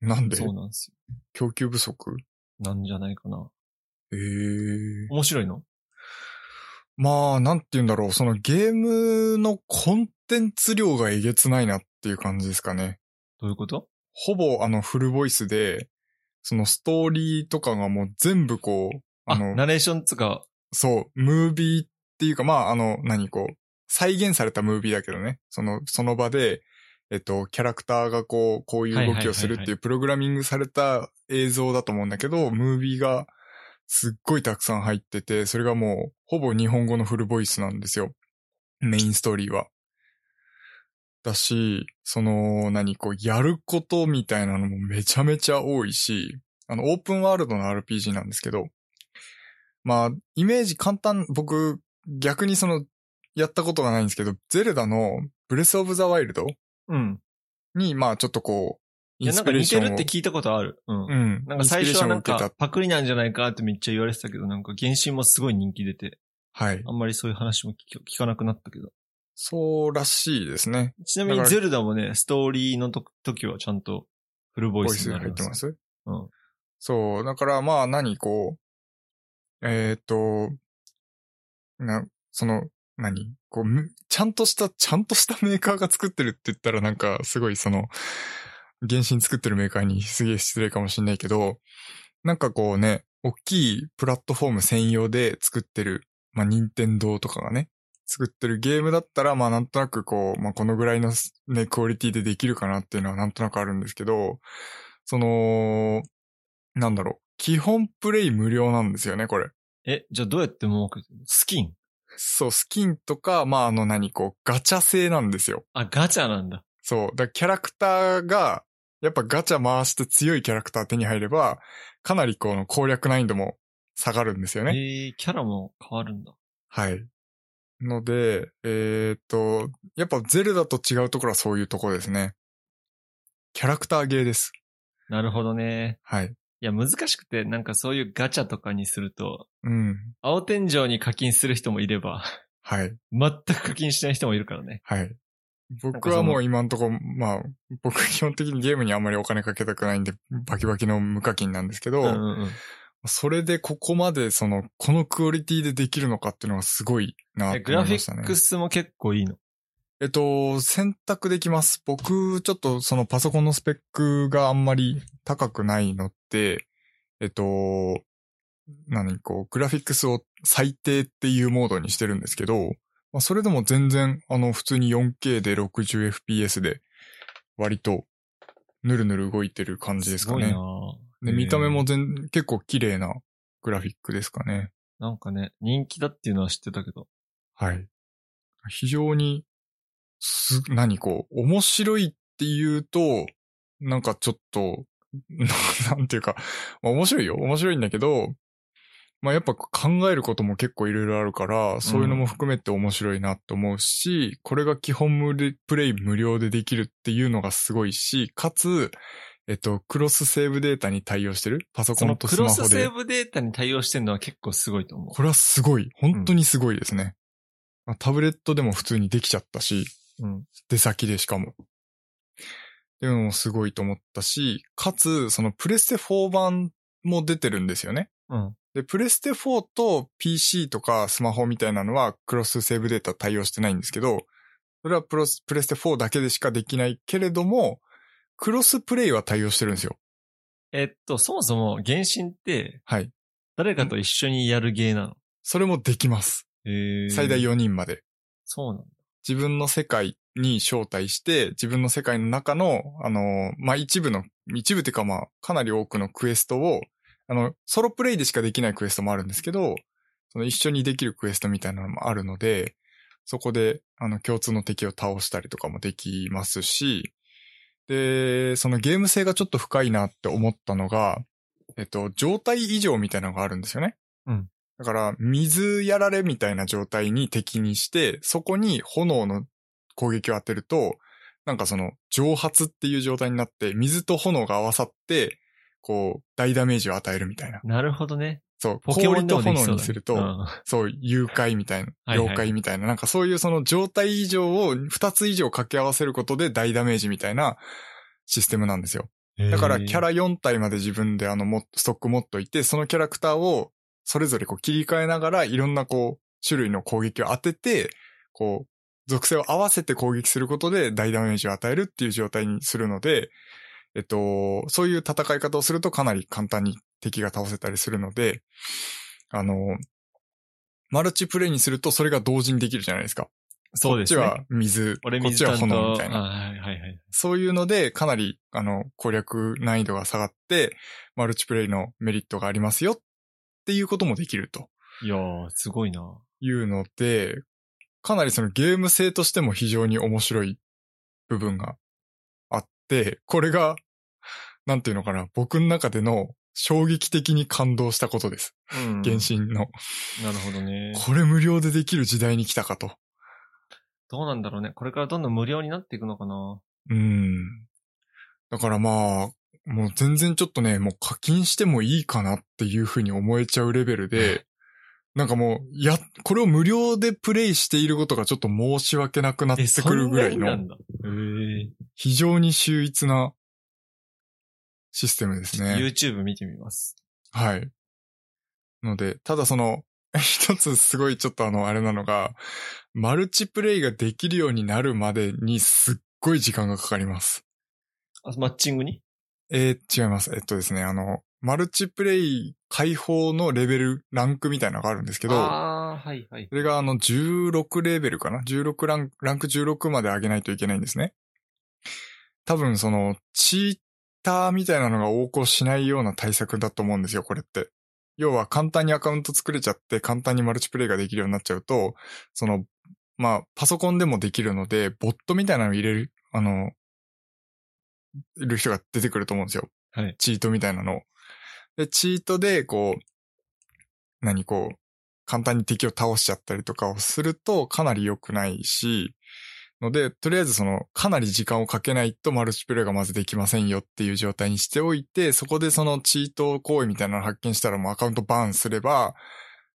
S1: なんで
S2: そうなんですよ。
S1: 供給不足
S2: なんじゃないかな。
S1: ええ
S2: 面白いの
S1: まあ、なんて言うんだろう。そのゲームのコンテンツ量がえげつないなっていう感じですかね。
S2: どういうこと
S1: ほぼあのフルボイスで、そのストーリーとかがもう全部こう、
S2: あ、
S1: あの、
S2: ナレーションっつうか、
S1: そう、ムービーっていうか、まあ、あの、何こう、再現されたムービーだけどね。その、その場で、えっと、キャラクターがこう、こういう動きをするって
S2: はいはいはいはいいう
S1: プログラミングされた映像だと思うんだけど、ムービーがすっごいたくさん入ってて、それがもう、ほぼ日本語のフルボイスなんですよ。メインストーリーは。だし、その、何こう、やることみたいなのもめちゃめちゃ多いし、あの、オープンワールドの RPG なんですけど、まあ、イメージ簡単、僕、逆にその、やったことがないんですけど、ゼルダのブレスオブザワイルド
S2: うん。
S1: に、まあちょっとこう、
S2: い
S1: イン
S2: や、な
S1: ス
S2: んか
S1: ピレー
S2: 似
S1: ショ
S2: て
S1: ンを。
S2: るって聞いたことある。うん。
S1: うん。
S2: なんか最初はなん
S1: インスピレーションを
S2: か
S1: 受け
S2: パクリなんじゃないかってめっちゃ言われてたけど、なんか原神もすごい人気出て、
S1: た。はい。
S2: あんまりそういう話も聞聞かなくなったけど。
S1: そうらしいですね。
S2: ちなみに
S1: だから
S2: ゼルダもね、ストーリーのと時はちゃんとフルボ
S1: ボ
S2: イ
S1: イ
S2: ス
S1: ス
S2: にな
S1: 入
S2: り
S1: っ
S2: ま
S1: て
S2: す。
S1: ます
S2: うん。
S1: そう。だからまあ何こう、えーっと、な、その、何こう、むちゃんとした、ちゃんとしたメーカーが作ってるって言ったらなんかすごいその、原神作ってるメーカーにすげえ失礼かもしんないけど、なんかこうね、大きいプラットフォーム専用で作ってる、まあ、任天堂とかがね、作ってるゲームだったら、まあ、なんとなくこう、まあ、このぐらいのね、クオリティでできるかなっていうのはなんとなくあるんですけど、その、なんだろう、基本プレイ無料なんですよね、これ。
S2: え、じゃあどうやって儲けてるスキン
S1: そう、スキンとか、まあ、あの何、こう、ガチャ制なんですよ。
S2: あ、ガチャなんだ。
S1: そう。だからキャラクターが、やっぱガチャ回して強いキャラクター手に入れば、かなりこの攻略難易度も下がるんですよ
S2: え
S1: ね。
S2: ー、キャラも変わるんだ。
S1: はい。ので、えーっと、やっぱゼルダと違うところはそういうところですね。キャラクターゲーです。
S2: なるほどね。
S1: はい。
S2: いや、難しくて、なんかそういうガチャとかにすると、
S1: うん。
S2: 青天井に課金する人もいれば、 <laughs>
S1: はい。
S2: 全く課金しない人もいるからね。
S1: はい。僕はもう今んとこ、まあ、僕基本的にゲームにあんまりお金かけたくないんで、バキバキの無課金なんですけど、
S2: うんうんうん。
S1: それでここまでその、このクオリティでできるのかっていうのはすごいな
S2: え
S1: と
S2: グラ
S1: 思い
S2: フィ
S1: ましたね
S2: ッ。クスも結構いいの。
S1: えっと、選択できます。僕、ちょっとそのパソコンのスペックがあんまり高くないのって、えっと、何こう、グラフィックスを最低っていうモードにしてるんですけど、まあ、それでも全然、あの、普通に 4K で 60fps で、割と、ぬるぬる動いてる感じですか
S2: す
S1: ね。
S2: ごいな
S1: で
S2: ぁ
S1: 見た目も
S2: えー
S1: 全結構綺麗なグラフィックですかね。
S2: なんかね、人気だっていうのは知ってたけど。
S1: はい。非常に、す、何こう、面白いっていうと、なんかちょっと、 <laughs> ななんていうか、まあ面白いよ。面白いんだけど、まあやっぱ考えることも結構いろいろあるから、そういうのも含めて面白いなと思うし、これが基本無料プレイ無料でできるっていうのがすごいし、かつ、えっと、クロスセーブデータに対応してるパソコ
S2: そ
S1: ン
S2: の
S1: と
S2: ク
S1: ス
S2: ロ
S1: マ
S2: ス
S1: ホ
S2: セ
S1: で
S2: ー。ブデータに対応してるのは結構すごいと思
S1: これはすごい。本当にすごいですね。まあタブレットでも普通にできちゃったし、
S2: う。うん。
S1: 出先でしかも。っていうのもすごいと思ったし、かつ、そのプレステ4版も出てるんですよね。
S2: うん。
S1: で、プレステ4と PC とかスマホみたいなのはクロスセーブデータ対応してないんですけど、それはプロスプレステ4だけでしかできないけれども、クロスプレイは対応してるんですよ。
S2: えっと、そもそも原神って
S1: はい。
S2: 誰かと一緒にやるゲーなの。
S1: それもできます。
S2: へー
S1: 最大。4人まで。
S2: そうなんだ。
S1: 自分の世界に招待して、自分の世界の中の、あの、まあ、一部の、一部っていうかまあ、かなり多くのクエストを、あの、ソロプレイでしかできないクエストもあるんですけど、その一緒にできるクエストみたいなのもあるので、そこで、あの、共通の敵を倒したりとかもできますし、で、そのゲーム性がちょっと深いなって思ったのが、えっと、状態異常みたいなのがあるんですよね。
S2: うん。
S1: だから、水やられみたいな状態に敵にして、そこに炎の攻撃を当てると、なんかその、蒸発っていう状態になって、水と炎が合わさって、こう、大ダメージを与えるみたいな。
S2: なるほどね。
S1: そう、
S2: ポケモン
S1: 氷
S2: で
S1: と
S2: もでき
S1: 炎
S2: そうだね
S1: にすると、
S2: うん
S1: そう、誘拐みたいな、
S2: はいはい
S1: 妖怪みたいな、なんかそういうその状態異常を2つ以上掛け合わせることで大ダメージみたいなシステムなんですよ。だからキャラ4体まで自分であの、もストック持っといて、そのキャラクターをそれぞれこう切り替えながらいろんなこう、種類の攻撃を当てて、こう、属性を合わせて攻撃することで大ダメージを与えるっていう状態にするので、えっと、そういう戦い方をするとかなり簡単に敵が倒せたりするので、あの、マルチプレイにするとそれが同時にできるじゃないですか。
S2: そうですね
S1: こっちは水、
S2: 俺
S1: こっ
S2: 水
S1: ち
S2: ちゃ
S1: は
S2: んと、
S1: 炎みたいな。
S2: あはいはいはい。
S1: そういうので、かなり、あの、攻略難易度が下がって、マルチプレイのメリットがありますよっていうこともできると
S2: いやー、すごいな。
S1: いうので、かなりそのゲーム性としても非常に面白い部分があって、これが、なんていうのかな、僕の中での衝撃的に感動したことです。
S2: うん
S1: 原神の。
S2: なるほどね。
S1: これ無料でできる時代に来たかと。
S2: どうなんだろうね。これからどんどん無料になっていくのかな。
S1: うん。だからまあ、もう全然ちょっとね、もう課金してもいいかなっていうふうに思えちゃうレベルで、なんかもう、や、これを無料でプレイしていることがちょっと申し訳なくなってくるぐらい
S2: そんなに
S1: の、
S2: なんだ。へえ。
S1: 非常に秀逸なシステムですね。
S2: YouTube 見てみます。
S1: はい。ので、ただその、 <laughs> 一つすごいちょっとあの、あれなのが、マルチプレイができるようになるまでにすっごい時間がかかります。
S2: あマッチングに
S1: えー違います。えっとですね、あの、マルチプレイ解放のレベル、ランクみたいなのがあるんですけど、
S2: ああ、はいはい
S1: そ。れがあの16レベルかな ?16 ランク、ランク16まで上げないといけないんですね。多分その、チーターみたいなのが横行しないような対策だと思うんですよ、これって。要は簡単にアカウント作れちゃって、簡単にマルチプレイができるようになっちゃうと、その、まあ、パソコンでもできるので、ボットみたいなのを入れる、あの、いる人が出てくると思うんですよ。
S2: はい。
S1: チートみたいなのを。で、チートで、こう、何こう、簡単に敵を倒しちゃったりとかをするとかなり良くないし、ので、とりあえずその、かなり時間をかけないとマルチプレイがまずできませんよっていう状態にしておいて、そこでそのチート行為みたいなのを発見したらもうアカウントバーンすれば、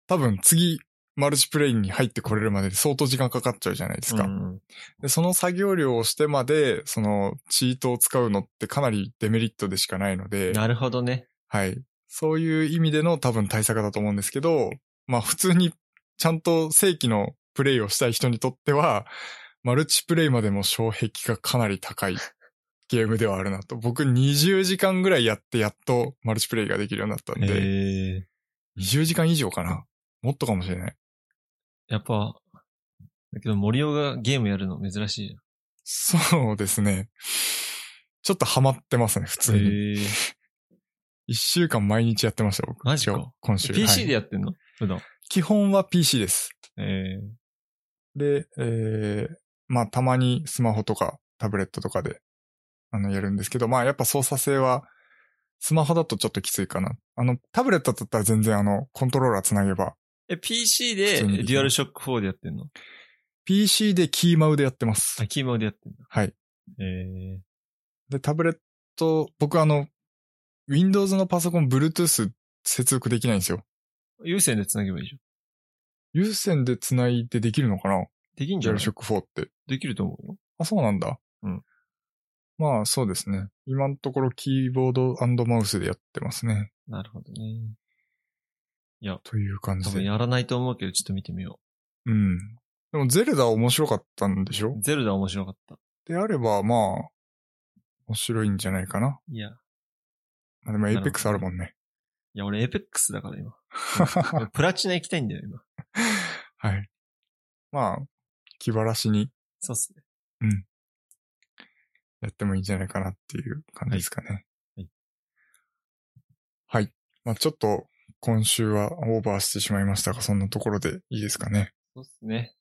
S1: 多分次、マルチプレイに入ってこれるまで相当時間かかっちゃうじゃないですか。
S2: うん
S1: で、その作業量をしてまで、その、チートを使うのってかなりデメリットでしかないので、
S2: なるほどね。
S1: はい。そういう意味での多分対策だと思うんですけど、まあ普通にちゃんと正規のプレイをしたい人にとっては、マルチプレイまでも障壁がかなり高
S2: <laughs>
S1: いゲームではあるなと。僕20時間ぐらいやってやっとマルチプレイができるようになったん
S2: え
S1: で、
S2: ー、
S1: 20時間以上かなもっとかもしれない。
S2: やっぱ、だけど森尾がゲームやるの珍しいじ
S1: そうですね。ちょっとハマってますね、普
S2: ゃん。
S1: 通に。
S2: えー
S1: 一週間毎日やってました、僕。
S2: マジか
S1: 今日今週。
S2: <laughs> PC で
S1: はい
S2: やってんの、普段。
S1: 基本は PC です。
S2: えー、
S1: で、えー、まあ、たまにスマホとかタブレットとかで、あの、やるんですけど、まあ、やっぱ操作性は、スマホだとちょっときついかな。あの、タブレットだったら全然あの、コントローラーつなげば、
S2: え、PC
S1: 普
S2: で
S1: 通にできる
S2: デュアルショック4でやってんの
S1: PC でキーマウでやってます
S2: あ、。キーマウでやってんだ。
S1: はい。
S2: え
S1: で、タブレット、僕あの、Windows のパソコン Bluetooth 接続できないんですよ。
S2: ー、有線で繋げばいいじゃん。
S1: 有線で繋いでできるのかな
S2: できん
S1: ジ
S2: じゃ
S1: ャ
S2: ん
S1: ル。ショック4って。
S2: できると思うよ。
S1: あ、そうなんだ。
S2: うん。
S1: まあ、そうですね。今のところキーボードマウスでやってますね。
S2: なるほどね。
S1: という感
S2: 多
S1: じ
S2: 分
S1: で。
S2: やらないと思うけど、ちょっと見てみよ
S1: うん。でも、ゼルダ面白かったんでしょ
S2: う。ゼルダ面白かった。
S1: であれば、まあ、面白いんじゃないかな。
S2: いや。い
S1: まあ、でも、エイペックスあるもんね。 <laughs>
S2: や、俺エペックスだから <laughs> 今。
S1: は
S2: 俺プラチナ行きたいんだよ、今。
S1: い。まあ、気晴らしに
S2: そうっすね。
S1: やってもいいんじゃないかなっていう感じですかね。
S2: はい
S1: はい。まあ、ちょっと、今週はオーバーしてしまいましたが、そんなところでいいですかね。
S2: そうっすね。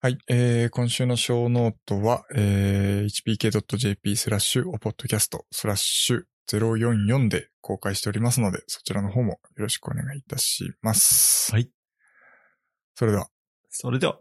S1: はい、えー、今週の小ノートは、えー、hpk.jp スラッシュおポッドキャストスラッシュ044で公開しておりますので、そちらの方もよろしくお願いいたします。
S2: はい。
S1: それでは。
S2: それでは。